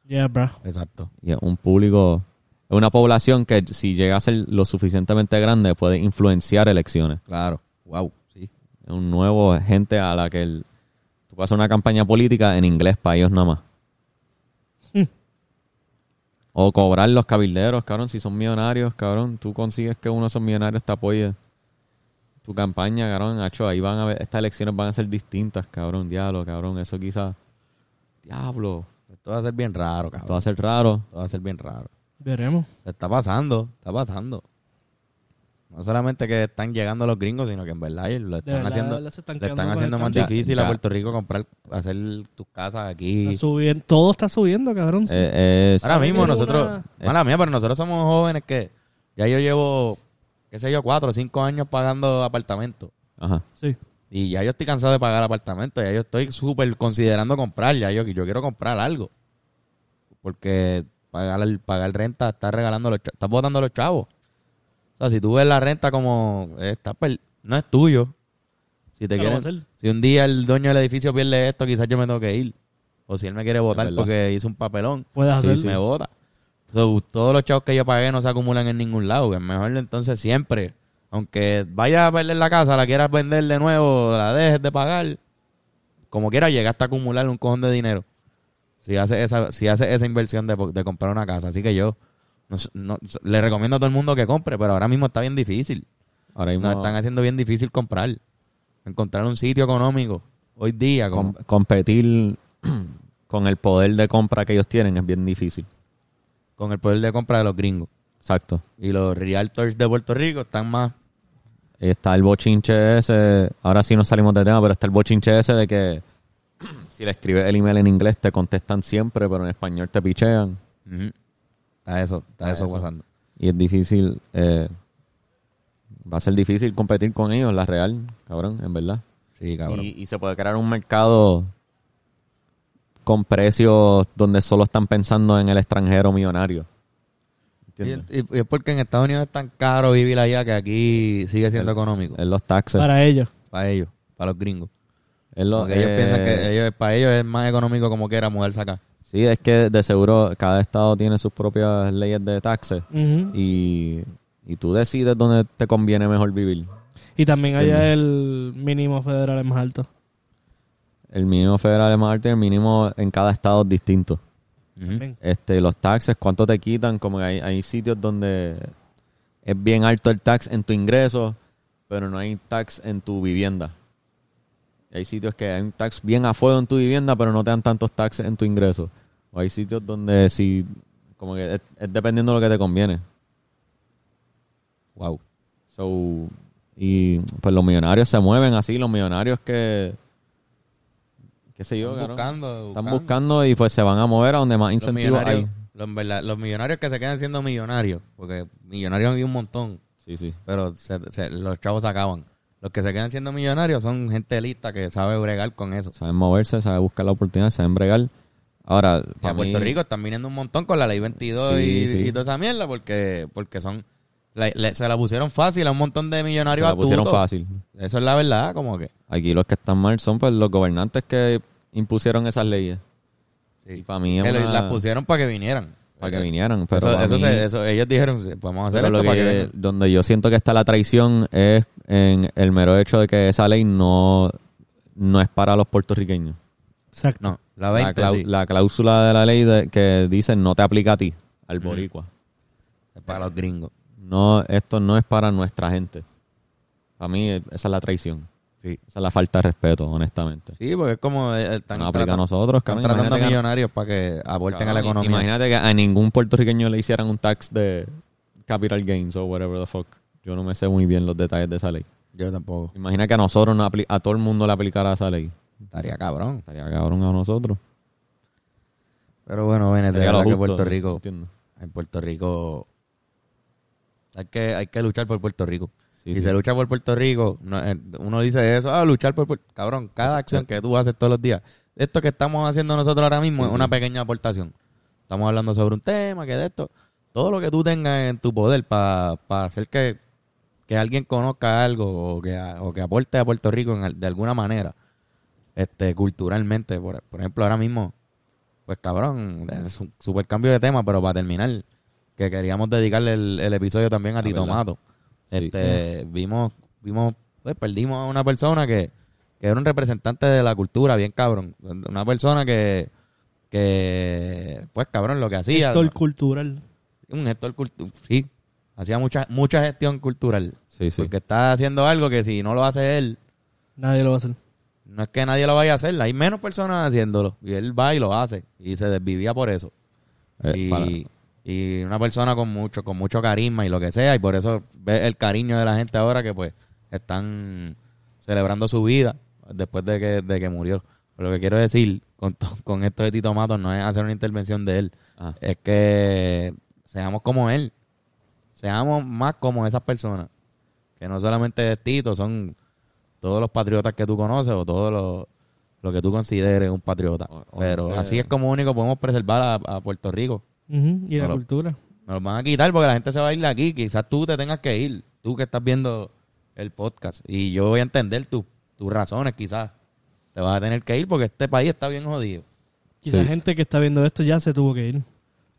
S3: Yeah, bro.
S2: Exacto.
S1: Y es un público, es una población que si llega a ser lo suficientemente grande puede influenciar elecciones.
S2: Claro. Wow. Sí.
S1: Es un nuevo gente a la que el- tú pasas una campaña política en inglés para ellos nada más. o cobrar los cabilderos, cabrón, si son millonarios, cabrón, tú consigues que uno de esos millonarios te apoye tu campaña, cabrón, hacho, ahí van a ver, estas elecciones van a ser distintas, cabrón, diablo, cabrón, eso quizás, diablo,
S2: Esto va a ser bien raro, cabrón.
S1: esto va a ser raro.
S2: Esto va a ser bien raro.
S3: Veremos.
S2: Está pasando, está pasando. No solamente que están llegando los gringos, sino que en verdad ellos lo
S3: De
S2: están
S3: verdad,
S2: haciendo,
S3: se están
S2: le
S3: quedando
S2: están
S3: con
S2: haciendo
S3: el
S2: más
S1: Ya,
S2: difícil a
S1: ya.
S2: Puerto Rico comprar, hacer tus casas aquí.
S3: Está subiendo- todo está subiendo, cabrón. sí.
S1: Eh, eh,
S2: Ahora mismo
S3: Tiene
S2: nosotros,
S1: una-
S2: mala mía, pero nosotros somos jóvenes que ya yo llevo, qué sé yo, cuatro o cinco años pagando apartamentos.
S1: ajá.
S3: Sí.
S2: Y ya yo estoy cansado de pagar apartamentos. Ya yo estoy súper considerando comprar. Ya yo, yo quiero comprar algo. Porque pagar, el- pagar renta está regalando los chavos. Estás botando los chavos. O sea, si tú ves la renta como. eh, está per- no es tuyo. Si te
S3: Pero
S2: quieren,
S3: va a ser.
S2: Si un día el dueño del edificio pierde esto, quizás yo me tengo que ir. O si él me quiere votar
S1: verdad.
S2: porque hizo un papelón.
S3: Puedes hacerlo.
S2: Sí, me vota. So, todos los chavos que yo pagué no se acumulan en ningún lado. Que es mejor entonces siempre. Aunque vayas a perder la casa, la quieras vender de nuevo, la dejes de pagar. Como quiera, llegaste a acumular un cojón de dinero. Si haces esa, si haces esa inversión de, po- de comprar una casa. Así que yo no s- no s- le recomiendo a todo el mundo que compre, pero ahora mismo está bien difícil.
S1: Ahora mismo
S2: Nos están haciendo bien difícil comprar. Encontrar un sitio económico hoy día.
S1: com-
S2: Con,
S1: competir con el poder de compra que ellos tienen es bien difícil.
S2: con el poder de compra de los gringos.
S1: Exacto.
S2: Y los realtors de Puerto Rico están más
S1: Está el bochinche ese, ahora sí nos salimos de tema, pero está el bochinche ese de que si le escribes el email en inglés te contestan siempre, pero en español te pichean.
S2: Ujú. Está eso, está, eso, pasando.
S1: Y es difícil, eh, va a ser difícil competir con ellos, la real, cabrón, en verdad.
S2: Sí, cabrón.
S1: Y, y se puede crear un mercado con precios donde solo están pensando en el extranjero millonario.
S2: Y,
S1: ¿Entiendes?
S2: y- y es porque en Estados Unidos es tan caro vivir allá que aquí sigue siendo económico
S1: En los taxes.
S3: Para ellos.
S2: para ellos, para los gringos.
S1: Es lo-
S2: Porque ellos
S1: eh,
S2: piensan que ellos, para ellos es más económico como quiera mudarse acá.
S1: Sí, es que de seguro cada estado tiene sus propias leyes de taxes
S3: Ujú.
S1: y, y tú decides dónde te conviene mejor vivir.
S3: Y también allá el mínimo federal es más alto.
S1: El mínimo federal es más alto y el mínimo en cada estado es distinto.
S2: Ujú.
S1: este, los taxes, cuánto te quitan, como que hay, hay sitios donde es bien alto el tax en tu ingreso, pero no hay tax en tu vivienda. Hay sitios que hay un tax bien a fuego en tu vivienda, pero no te dan tantos taxes en tu ingreso. O hay sitios donde si, como que es, es dependiendo de lo que te conviene.
S2: Wow.
S1: So, y pues los millonarios se mueven así, los millonarios que, qué sé yo,
S2: Están
S1: cabrón,
S2: buscando,
S1: están buscando y pues se van a mover a donde más
S2: Los
S1: incentivos hay.
S2: millonarios, los, en verdad, los millonarios que se quedan siendo millonarios, porque millonarios hay un montón,
S1: Sí, sí.
S2: pero se- se- los chavos se acaban. Los que se quedan siendo millonarios son gente lista que sabe bregar con eso.
S1: saben moverse, saben buscar la oportunidad, saben bregar. Ahora,
S2: Y a
S1: para mí,
S2: Puerto Rico están viniendo un montón con la ley 22
S1: Sí,
S2: y,
S1: sí.
S2: y toda esa mierda porque, porque son... la- le- se la pusieron fácil a un montón de
S1: se
S2: millonarios
S1: la pusieron
S2: astutos.
S1: fácil.
S2: Eso es la verdad, como que...
S1: Aquí los que están mal son pues, los gobernantes que impusieron esas leyes.
S2: Sí.
S1: Y para mí,
S2: Que
S1: es
S2: le-
S1: una-
S2: las pusieron para que vinieran.
S1: para que
S2: Eh,
S1: vinieran. Pero
S2: eso,
S1: para
S2: eso
S1: mí-
S2: se- eso- ellos dijeron, sí, podemos hacer
S1: pero lo
S2: esto para
S1: que-
S2: que vengan.
S1: donde yo siento que está la traición es en el mero hecho de que esa ley no, no es para los puertorriqueños.
S3: Exacto.
S2: No, la
S1: La,
S2: 20
S1: clau-
S2: sí,
S1: la cláusula de la ley de- que dice no te aplica a ti, al boricua.
S2: es para los gringos.
S1: No, esto no es para nuestra gente. Para mí, eh, esa es la traición.
S2: Sí.
S1: Esa es la falta de respeto, honestamente.
S2: Sí, porque es como eh, están,
S1: no aplica a
S2: tratando-
S1: nosotros,
S2: están
S1: cabrón.
S2: tratando a
S1: Imagínate que-
S2: millonarios para que aporten a la
S1: cabrón,
S2: economía.
S1: Imagínate que a ningún puertorriqueño le hicieran un tax de capital gains o whatever the fuck. Yo no me sé muy bien los detalles de esa ley.
S2: Yo tampoco.
S1: Imagina que a nosotros, no apli- a todo el mundo le aplicara esa ley.
S2: Estaría cabrón.
S1: Estaría cabrón a nosotros.
S2: Pero bueno, ven, de
S1: Estaría
S2: verdad
S1: lo
S2: que
S1: justo,
S2: Puerto
S1: ¿no?
S2: Rico,
S1: Entiendo.
S2: en Puerto Rico hay que, hay que luchar por Puerto Rico.
S1: Sí,
S2: si
S1: sí.
S2: se lucha por Puerto Rico, no, eh, uno dice eso, ah, luchar por Puerto Cabrón, cada acción que tú haces todos los días, esto que estamos haciendo nosotros ahora mismo
S1: Sí,
S2: es
S1: sí.
S2: una pequeña aportación. Estamos hablando sobre un tema, que de esto, todo lo que tú tengas en tu poder para hacer que, que alguien conozca algo o que, a- o que aporte a Puerto Rico en al- de alguna manera, este culturalmente, por, por ejemplo, ahora mismo, pues cabrón, es un super cambio de tema, pero para terminar, que queríamos dedicarle el, el episodio también a
S1: Ah,
S2: Tito
S1: ¿verdad?
S2: Mato.
S1: Sí. eh.
S2: Este, vimos, vimos, pues perdimos a una persona que, que era un representante de la cultura, bien cabrón. Una persona que, que pues cabrón, lo que hacía.
S3: Sector cultural.
S2: Un gestor cultural. Sí. Hacía mucha, mucha gestión cultural.
S1: Sí, sí.
S2: Porque está haciendo algo que si no lo hace él,
S3: Nadie lo va a hacer.
S2: no es que nadie lo vaya a hacer. Hay menos personas haciéndolo. Y él va y lo hace. Y se desvivía por eso
S1: Eh,
S2: y,
S1: para-
S2: y una persona con mucho con mucho carisma y lo que sea y por eso ve el cariño de la gente ahora que pues están celebrando su vida después de que, de que murió Pero lo que quiero decir con, to- con esto de Tito Matos no es hacer una intervención de él
S1: ah,
S2: es que seamos como él seamos más como esas personas que no solamente es Tito son todos los patriotas que tú conoces o todos los lo que tú consideres un patriota.
S1: O- este o
S2: Pero
S1: gente-
S2: así es como único podemos preservar a- a Puerto Rico.
S3: Ujú, Y la
S2: Claro.
S3: cultura.
S2: Nos los van a quitar porque la gente se va a ir de aquí. Quizás tú te tengas que ir. Tú que estás viendo el podcast. Y yo voy a entender tu- tus razones, quizás. Te vas a tener que ir porque este país está bien jodido.
S3: Quizá
S1: Sí.
S3: gente que está viendo esto ya se tuvo que ir.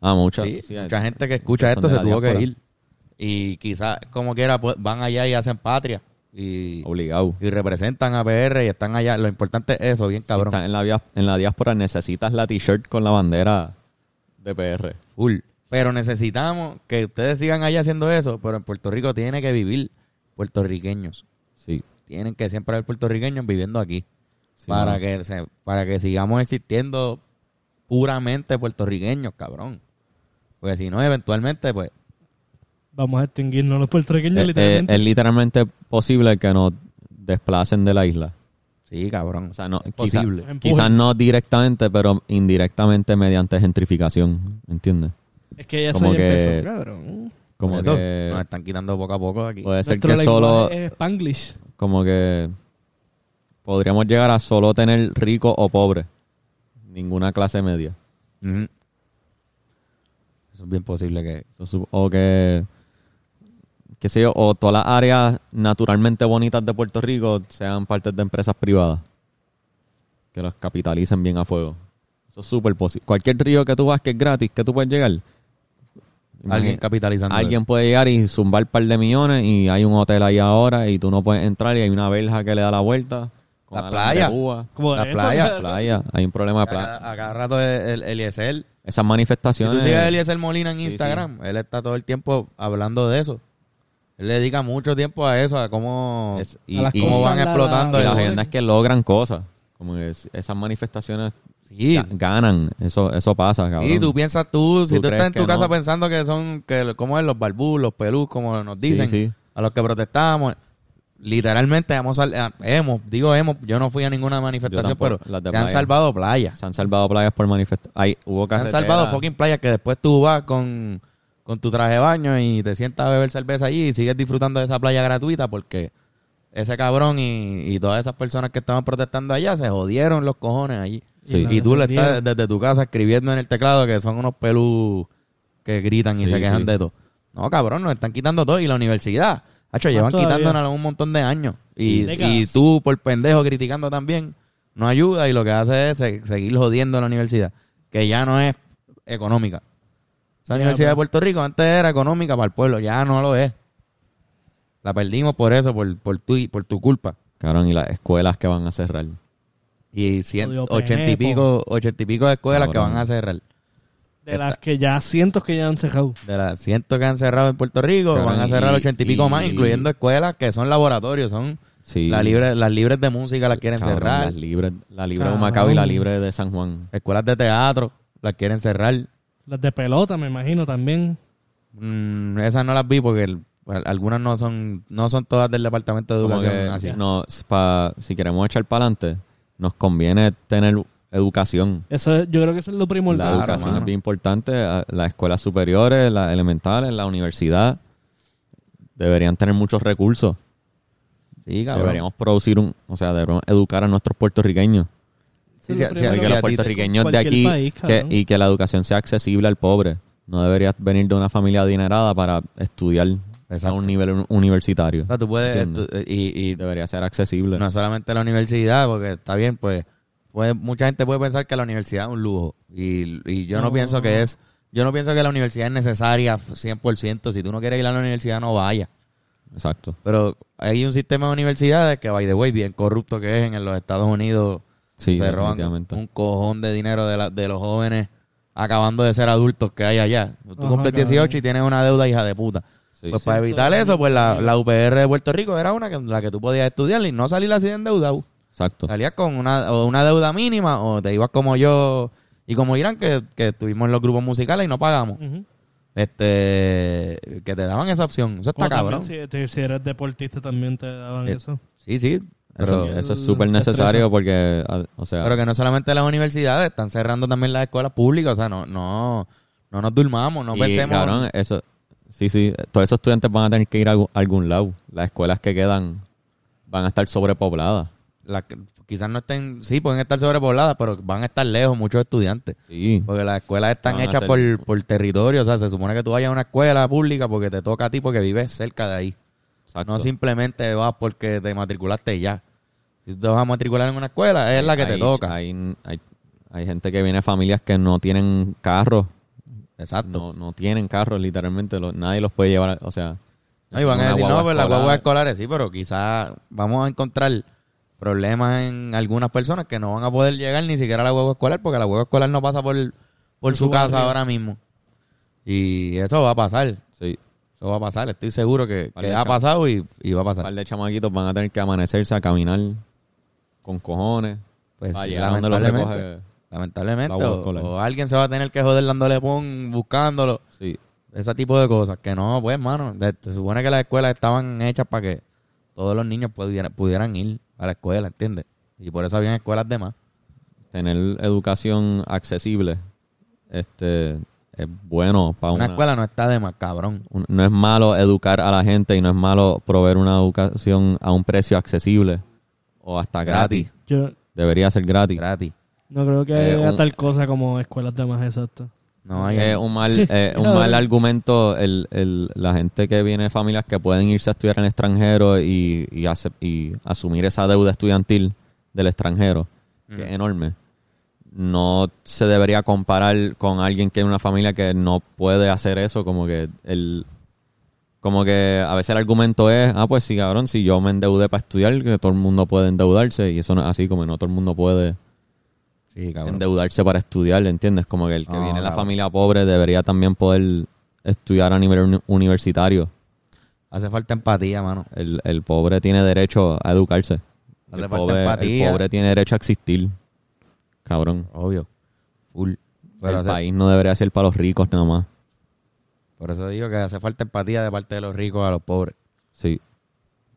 S1: ah, mucha,
S2: Sí,
S1: sí,
S2: mucha
S1: hay-
S2: gente que escucha
S1: son de
S2: esto se
S1: la
S2: tuvo que
S1: diáspora.
S2: ir. Y quizás, como quiera, pues, van allá y hacen patria. Y,
S1: Obligado.
S2: y representan a PR y están allá. Lo importante es eso, bien cabrón.
S1: Estás en la, via- en la diáspora, necesitas la t-shirt con la bandera de PR.
S2: Full. Pero necesitamos que ustedes sigan allá haciendo eso. Pero en Puerto Rico tiene que vivir puertorriqueños.
S1: Sí.
S2: tienen que siempre haber puertorriqueños viviendo aquí
S1: Sí,
S2: para
S1: mano. Eh,
S2: que se- para que sigamos existiendo puramente puertorriqueños, cabrón. Porque si no, eventualmente, pues,
S3: Vamos a extinguirnos los puertorriqueños,
S1: Eh, eh,
S3: literalmente.
S1: es literalmente posible que nos desplacen de la isla.
S2: sí, cabrón.
S1: O sea, no,
S2: es
S1: quizá-
S2: posible.
S3: Empujen.
S1: quizás no directamente, pero indirectamente mediante gentrificación, ¿entiendes?
S3: Es, que ya
S1: como
S3: se
S1: que-
S3: empezó, cabrón.
S1: Como
S2: Por eso
S1: que Pues,
S2: nos están quitando poco a poco aquí.
S1: puede ser
S3: Nuestro
S1: que
S3: lenguaje
S1: solo,
S3: Es Spanglish.
S1: como que podríamos llegar a solo tener rico o pobre, ninguna clase media.
S2: Ujú. Eso es bien posible que...
S1: Yo sup- O que, qué sé yo, o todas las áreas naturalmente bonitas de Puerto Rico sean partes de empresas privadas. Que los capitalicen bien a fuego. Eso es súper posible. Cualquier río que tú vas que es gratis, que tú puedes llegar.
S2: Alguien
S1: Imagina-
S2: capitalizando.
S1: alguien puede llegar y zumbar un par de millones y hay un hotel ahí ahora y tú no puedes entrar y hay una verja que le da la vuelta Con
S2: La
S1: alambre
S2: playa.
S1: de púa.
S3: Como
S2: La
S3: eso,
S2: playa,
S1: La playa. Hay un problema de
S2: A
S1: playa.
S2: cada, a cada rato el, el Eliezer.
S1: Esas
S2: Si tú
S1: manifestaciones.
S2: sigues a Eliezer Molina en
S1: Sí,
S2: Instagram, él está todo el tiempo hablando de eso. Él le dedica mucho tiempo a eso, a cómo,
S1: Es-
S2: y,
S3: A las
S2: y
S1: cosas,
S2: cómo van
S3: la- la-
S2: explotando.
S1: y la
S2: el-
S1: agenda es que logran cosas. Como que es- esas manifestaciones
S2: Sí,
S1: ga- ganan. Eso, eso pasa, cabrón.
S2: Y tú piensas tú, si
S1: ¿Tú
S2: tú, estás
S1: crees
S2: en tu
S1: que
S2: casa
S1: no?
S2: pensando que son, que como es, los barbú, los pelús, como nos
S1: Sí,
S2: dicen,
S1: sí.
S2: a los que protestábamos, literalmente hemos, sal- eh, hemos, digo hemos, yo no fui a ninguna manifestación,
S1: tampoco,
S2: pero
S1: las de
S2: se han
S1: playa.
S2: salvado playas.
S1: Se han salvado playas por manifestaciones. Hubo
S2: Se han
S1: carreteras.
S2: salvado fucking playas que después tú vas con, con tu traje de baño y te sientas a beber cerveza allí y sigues disfrutando de esa playa gratuita porque ese cabrón y, y todas esas personas que estaban protestando allá se jodieron los cojones allí.
S1: Sí.
S3: la
S2: Y tú le estás
S3: defendieron.
S2: desde tu casa escribiendo en el teclado que son unos pelus que gritan y
S1: Sí,
S2: se quejan
S1: sí.
S2: de todo. No, cabrón, nos están quitando todo. Y la universidad, hacho, llevan
S3: todavía.
S2: quitándonos un montón de años. Y,
S3: Décadas.
S2: y tú, por pendejo, criticando también, no ayuda y lo que hace es se- seguir jodiendo a la universidad, que ya no es económica. Esa
S3: Ya,
S2: universidad
S3: pero-
S2: de
S1: pues.
S2: Puerto Rico antes era económica para el pueblo, ya no lo es. La perdimos por eso, por, por, tu, por tu culpa.
S1: Cabrón, y las escuelas que van a cerrar.
S2: Y cien-
S3: Jodido
S2: ochenta y
S3: Pepo.
S2: pico, ochenta y pico de escuelas que
S1: Cabrón.
S2: van a cerrar.
S3: De las que ya cientos que ya han cerrado.
S2: De las cientos que han cerrado en Puerto Rico,
S1: Cabrón,
S2: van a cerrar
S1: y-
S2: ochenta y pico más,
S1: y-
S2: incluyendo escuelas que son laboratorios, son
S1: Sí.
S2: las libre, las libres de música las quieren
S1: Cabrón,
S2: cerrar,
S1: Las libres, la libre de
S3: Cabrón.
S1: Macao y la libre de San Juan.
S2: escuelas de teatro las quieren cerrar.
S3: Las de pelota, me imagino, también.
S2: Mm, esas no las vi porque el- bueno, algunas no son no son todas del departamento de
S1: Como
S2: educación.
S1: que
S2: así.
S1: no, s- pa- si queremos echar para adelante, nos conviene tener educación.
S3: Eso, yo creo que eso es lo
S1: La
S3: primordial.
S1: educación
S3: mano.
S1: es bien importante. a- Las escuelas superiores, las elementales, la universidad deberían tener muchos recursos.
S2: Sí, cabrón.
S1: Deberíamos producir un, o sea, deberíamos educar a nuestros puertorriqueños.
S3: Eso es
S2: Sí,
S3: lo
S2: sí,
S3: primero
S2: sí,
S1: Y
S2: sí,
S1: que
S3: que-
S2: a
S1: los
S2: ti-
S1: puertorriqueños de
S3: cualquier
S1: aquí
S3: país,
S1: que-
S3: cabrón.
S1: y que la educación sea accesible al pobre. No deberías venir de una familia adinerada para estudiar a
S2: Exacto.
S1: un nivel uni- universitario.
S2: O sea, tú puedes
S1: Entiendo.
S2: tú- y, y
S1: Debería ser accesible.
S2: no solamente la universidad, porque está bien, pues, pues mucha gente puede pensar que la universidad es un lujo. Y, y yo no,
S3: No.
S2: pienso que es, yo no pienso que la universidad es necesaria 100%. Si tú no quieres ir a la universidad, no vayas.
S1: Exacto.
S2: Pero hay un sistema de universidades que, by the way, bien corrupto que es en los Estados Unidos.
S1: Sí,
S2: te roban
S1: definitivamente.
S2: un cojón de dinero de, la- de los jóvenes acabando de ser adultos que hay allá. Tú
S3: Ajá,
S2: cumples
S3: cabrón.
S2: 18 y tienes una deuda hija de puta.
S1: Sí,
S2: pues
S1: sí.
S2: para evitar eso, pues la, la UPR de Puerto Rico era una que la que tú podías estudiar y no salir así de endeudado.
S1: Exacto.
S2: Salías con una, o una deuda mínima o te ibas como yo y como Irán, que, que estuvimos en los grupos musicales y no pagamos.
S3: Ujú.
S2: Este, que te daban esa opción. Eso está
S3: Como
S2: cabrón.
S3: también Si, te- si eres deportista también te daban
S2: Eh,
S3: eso.
S2: Sí, sí. Pero,
S1: Eso,
S3: Pero-
S1: eso es súper necesario porque, a- o sea,
S2: pero que no solamente las universidades, están cerrando también las escuelas públicas. O sea, no, no, no nos durmamos, no
S1: y,
S2: pensemos.
S1: cabrón, eh. eso, sí, sí, todos esos estudiantes van a tener que ir a algún- a algún lado. Las escuelas que quedan van a estar sobrepobladas.
S2: la- quizás no estén, sí, pueden estar sobrepobladas, pero van a estar lejos muchos estudiantes.
S1: Sí,
S2: Porque las escuelas están
S1: Van a
S2: hechas
S1: ser-
S2: por, por territorio. O sea, se supone que tú vayas a una escuela pública porque te toca a ti porque vives cerca de ahí.
S1: exacto.
S2: No simplemente vas porque te matriculaste y ya. Si tú te vas a matricular en una escuela, es la que te
S1: Hay-
S2: toca.
S1: Hay, hay, hay gente que viene de familias que no tienen carros,
S2: Exacto.
S1: no, no tienen carros literalmente, lo- nadie los puede llevar, a- o sea...
S2: No, y van
S1: una
S2: a decir,
S1: guagua
S2: no, pues las
S1: escolar".
S2: guaguas escolares sí, pero quizás vamos a encontrar problemas en algunas personas que no van a poder llegar ni siquiera a la guagua escolar porque la guagua escolar no pasa por, por, su,
S3: su
S2: casa
S3: barrio.
S2: ahora mismo. Y eso va a pasar,
S1: Sí,
S2: eso va a pasar, estoy seguro que,
S1: Vale,
S2: que ha
S1: chao.
S2: pasado y, y va a
S1: un
S2: pasar.
S1: par de chamaquitos van a tener que amanecerse a caminar con cojones.
S2: Pues
S1: para
S2: sí,
S1: llegar a donde los
S2: lamentablemente,
S1: recoge-
S2: lamentablemente,
S1: la guagua
S2: o,
S1: escolar.
S2: o alguien se va a tener que joder dándole pon, buscándolo,
S1: Sí,
S2: ese tipo de cosas, que no, pues hermano, de- se supone que las escuelas estaban hechas para que todos los niños pudieran, pudieran ir a la escuela, ¿entiendes? Y por eso habían escuelas de más.
S1: tener educación accesible este es bueno para
S2: Una
S1: una,
S2: escuela no está de más, cabrón.
S1: un- no es malo educar a la gente y no es malo proveer una educación a un precio accesible o hasta gratis,
S2: Gratis.
S3: Yo
S1: debería ser gratis
S2: Gratis.
S3: no creo que
S1: Eh,
S3: haya
S1: un-
S3: tal cosa como escuelas de más exacto.
S2: No hay.
S1: es un mal eh, un mal argumento el, el- la gente que viene de familias que pueden irse a estudiar en el extranjero y, y, ace- y asumir esa deuda estudiantil del extranjero que es enorme. No se debería comparar con alguien que es una familia que no puede hacer eso, como que el, como que a veces el argumento es, ah, pues sí, cabrón, si yo me endeudé para estudiar, que todo el mundo puede endeudarse, y eso no es así, como que no todo el mundo puede
S2: Sí, cabrón.
S1: endeudarse para estudiar, ¿entiendes? Como que el que
S2: No,
S1: viene de la
S2: cabrón.
S1: familia pobre debería también poder estudiar a nivel uni- universitario.
S2: Hace falta empatía, mano.
S1: El, el pobre tiene derecho a educarse.
S2: Hace
S1: El
S2: falta
S1: pobre,
S2: empatía.
S1: el pobre tiene derecho a existir. Cabrón.
S2: Obvio. Full. Pero
S1: el
S2: hace-
S1: país no debería ser para los ricos nada más.
S2: por eso digo que hace falta empatía de parte de los ricos a los pobres.
S1: Sí.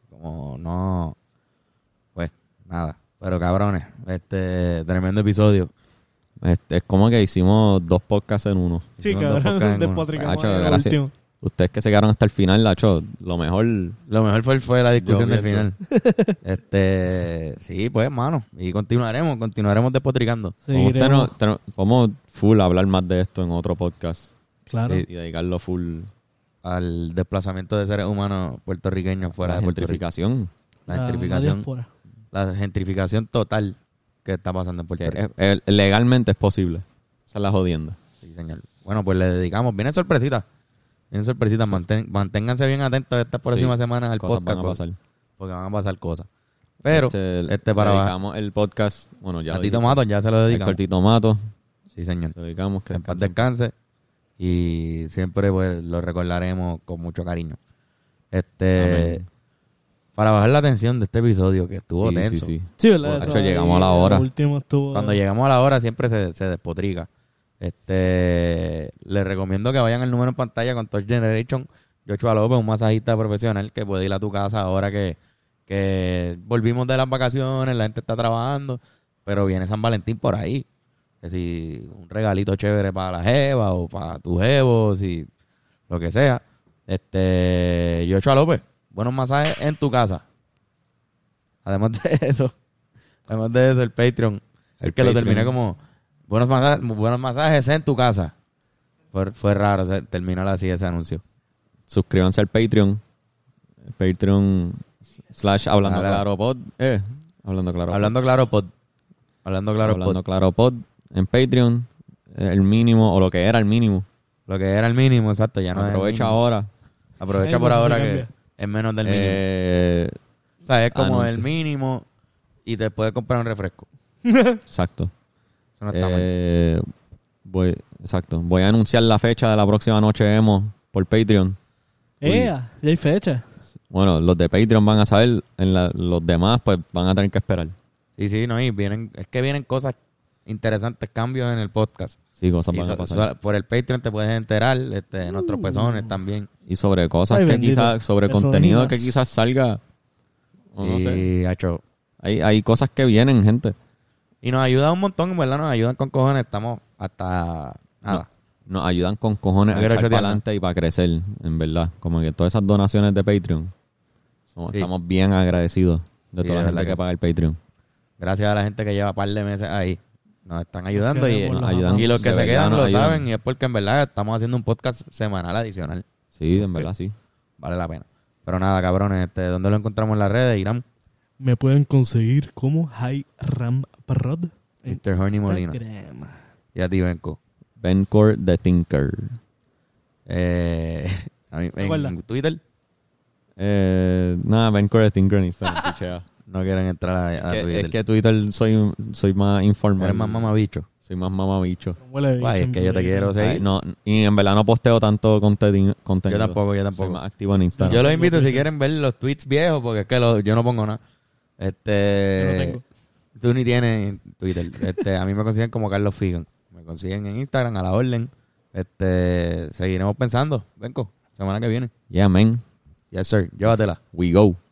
S2: Como no. Pues nada. Pero cabrones, este tremendo episodio.
S1: Este, es como que hicimos dos podcasts en uno.
S3: Sí,
S2: No, no, porque
S3: cabrón,
S2: ninguno.
S3: despotricamos
S1: Hacho,
S3: ahí al
S1: gracias.
S3: último.
S1: Ustedes que se quedaron hasta el final, Lacho, lo mejor.
S2: Lo mejor fue, fue la discusión
S1: Yo
S2: del final. este, sí, pues, mano. Y continuaremos, continuaremos despotricando.
S1: como usted no-
S3: Seguiremos.
S1: tenemos- vamos full a hablar más de esto en otro podcast
S3: Claro.
S1: y, y dedicarlo full
S2: Al desplazamiento de seres humanos puertorriqueños
S1: a
S2: fuera
S1: la Ah,
S2: de Puerto Rico.
S1: gentrificación.
S2: La
S3: la- la
S2: gentrificación.
S3: diáspora.
S2: La gentrificación total que está pasando en Puerto
S1: Que
S2: Rico. Eh,
S1: es- es- legalmente es posible. Esa es la jodienda.
S2: Sí, señor. Bueno, pues le dedicamos. Vienen sorpresitas. Vienen sorpresitas. Mantén- manténganse bien atentos estas próximas
S1: Sí,
S2: semanas al
S1: Cosas van
S2: podcast.
S1: a
S2: porque-
S1: pasar.
S2: Porque van a pasar cosas. Pero, este,
S1: Este,
S2: para bajar.
S1: dedicamos el podcast, bueno, ya
S2: A
S1: lo
S2: Tito
S1: dije.
S2: Mato ya se lo
S1: Héctor
S2: dedicamos.
S1: Tito Mato,
S2: Sí, señor.
S1: se lo dedicamos que
S2: Que en paz
S1: descanse.
S2: descanse. Y siempre pues lo recordaremos con mucho cariño. Este.
S1: Amén.
S2: Para bajar la tensión de este episodio que estuvo
S1: Sí, sí,
S2: tenso.
S1: sí.
S3: Sí, ¿verdad?
S1: Hacho,
S3: Eso ahí,
S1: llegamos a la hora.
S3: lo último estuvo.
S2: Cuando llegamos a la hora siempre se, se despotrica. Este, les recomiendo que vayan al número en pantalla con Touch Generation. Joshua López, un masajista profesional que puede ir a tu casa ahora que, que volvimos de las vacaciones, la gente está trabajando, pero viene San Valentín por ahí. Que si un regalito chévere para la jeva o para tu jevo, si lo que sea. Este, Joshua López, buenos masajes en tu casa. Además de eso, además de eso, el Patreon. El
S1: El
S2: que lo
S1: Patreon.
S2: terminé como buenos masajes, buenos masajes en tu casa. Fue, fue raro se- terminar así ese anuncio.
S1: Suscríbanse al Patreon. Patreon slash hablando
S2: Ahora-
S1: claro pod. Eh, hablando claro pod.
S2: Hablando claro pod. Hablando claro pod.
S1: Hablando Claro Pod en Patreon. eh, El mínimo, o lo que era el mínimo.
S2: Lo que era el mínimo, exacto, ya no es el
S1: Aprovecha
S2: mínimo.
S1: ahora.
S2: Aprovecha
S3: Ay,
S2: por
S3: no sé si
S2: ahora que
S3: cambia.
S2: es menos del mínimo.
S1: Eh,
S2: o sea, es como
S1: anuncio.
S2: el mínimo y te puedes comprar un refresco.
S1: exacto.
S2: Eso no está mal.
S1: Eh, voy, exacto. Voy a anunciar la fecha de la próxima noche emo por Patreon.
S3: ¡Ea! Ya hay fecha.
S1: Bueno, los de Patreon van a saber, en la- los demás pues van a tener que esperar.
S2: Sí, sí, no, y vienen, es que vienen cosas interesantes, cambios en el podcast.
S1: Sí, cosas
S2: Y
S1: van a
S2: so-
S1: pasar.
S2: so- por el Patreon te puedes enterar este, de nuestros pezones también.
S1: y sobre cosas
S3: Ay,
S1: que
S3: bendito.
S1: quizás, sobre
S3: Eso es
S1: contenido que
S3: más.
S1: quizás salga. o Oh, no
S2: y,
S1: sé.
S2: hacho,
S1: Hay, hay cosas que vienen, gente.
S2: y nos ayuda un montón, en ¿verdad? Nos ayudan con cojones. Estamos hasta nada.
S1: Nos ayudan con cojones
S2: No
S1: a
S2: quiero
S1: echar para
S2: chotear,
S1: adelante y para crecer, en verdad. Como que todas esas donaciones de Patreon. somos-
S2: Sí.
S1: Estamos bien agradecidos de
S2: Sí,
S1: toda
S2: de
S1: la gente
S2: verdad
S1: que
S2: que
S1: paga el Patreon.
S2: Gracias a la gente que lleva par de meses ahí. Nos están ayudando y,
S3: Queremos
S1: Nos
S3: los
S1: ayudan.
S3: amamos.
S2: y los que
S1: De
S2: se
S1: verdad
S2: quedan
S1: nos
S2: lo
S1: ayudan.
S2: saben y es porque en verdad estamos haciendo un podcast semanal adicional.
S1: Sí, en verdad sí.
S2: Vale la pena. Pero nada, cabrones, este, ¿dónde lo encontramos en las redes? Irán,
S3: Me pueden conseguir como High Ram Prod. en
S2: Mr. Horny Molina
S3: Instagram.
S2: y a ti, Benco.
S1: Bencore the Thinker.
S2: Eh, a mí-
S3: Recuerda.
S2: en Twitter
S1: Eh, nada, Bencore the Thinker en Instagram, pichea.
S2: no quieren entrar a, a
S1: Que-
S2: Twitter.
S1: es que Twitter soy, soy más informal.
S2: Ah, Eres más mamabicho.
S1: Soy más mamabicho.
S3: Huele bien,
S2: Guay, es que yo te
S3: siempre.
S2: quiero seguir.
S1: Ay, no, y en verdad no posteo tanto conte- contenido.
S2: yo tampoco, yo
S1: Soy más
S2: tampoco.
S1: activo en Instagram.
S2: Yo los invito si quieren ver los tweets viejos, porque es que los- yo no pongo nada. Este.
S3: Yo no tengo.
S2: Tú ni tienes Twitter. Este, a mí me consiguen como Carlos Figan. Me consiguen en Instagram a la orden. Este, seguiremos pensando. Vengo, semana que viene.
S1: Yeah, man.
S2: Yes, sir. Llévatela.
S1: We go.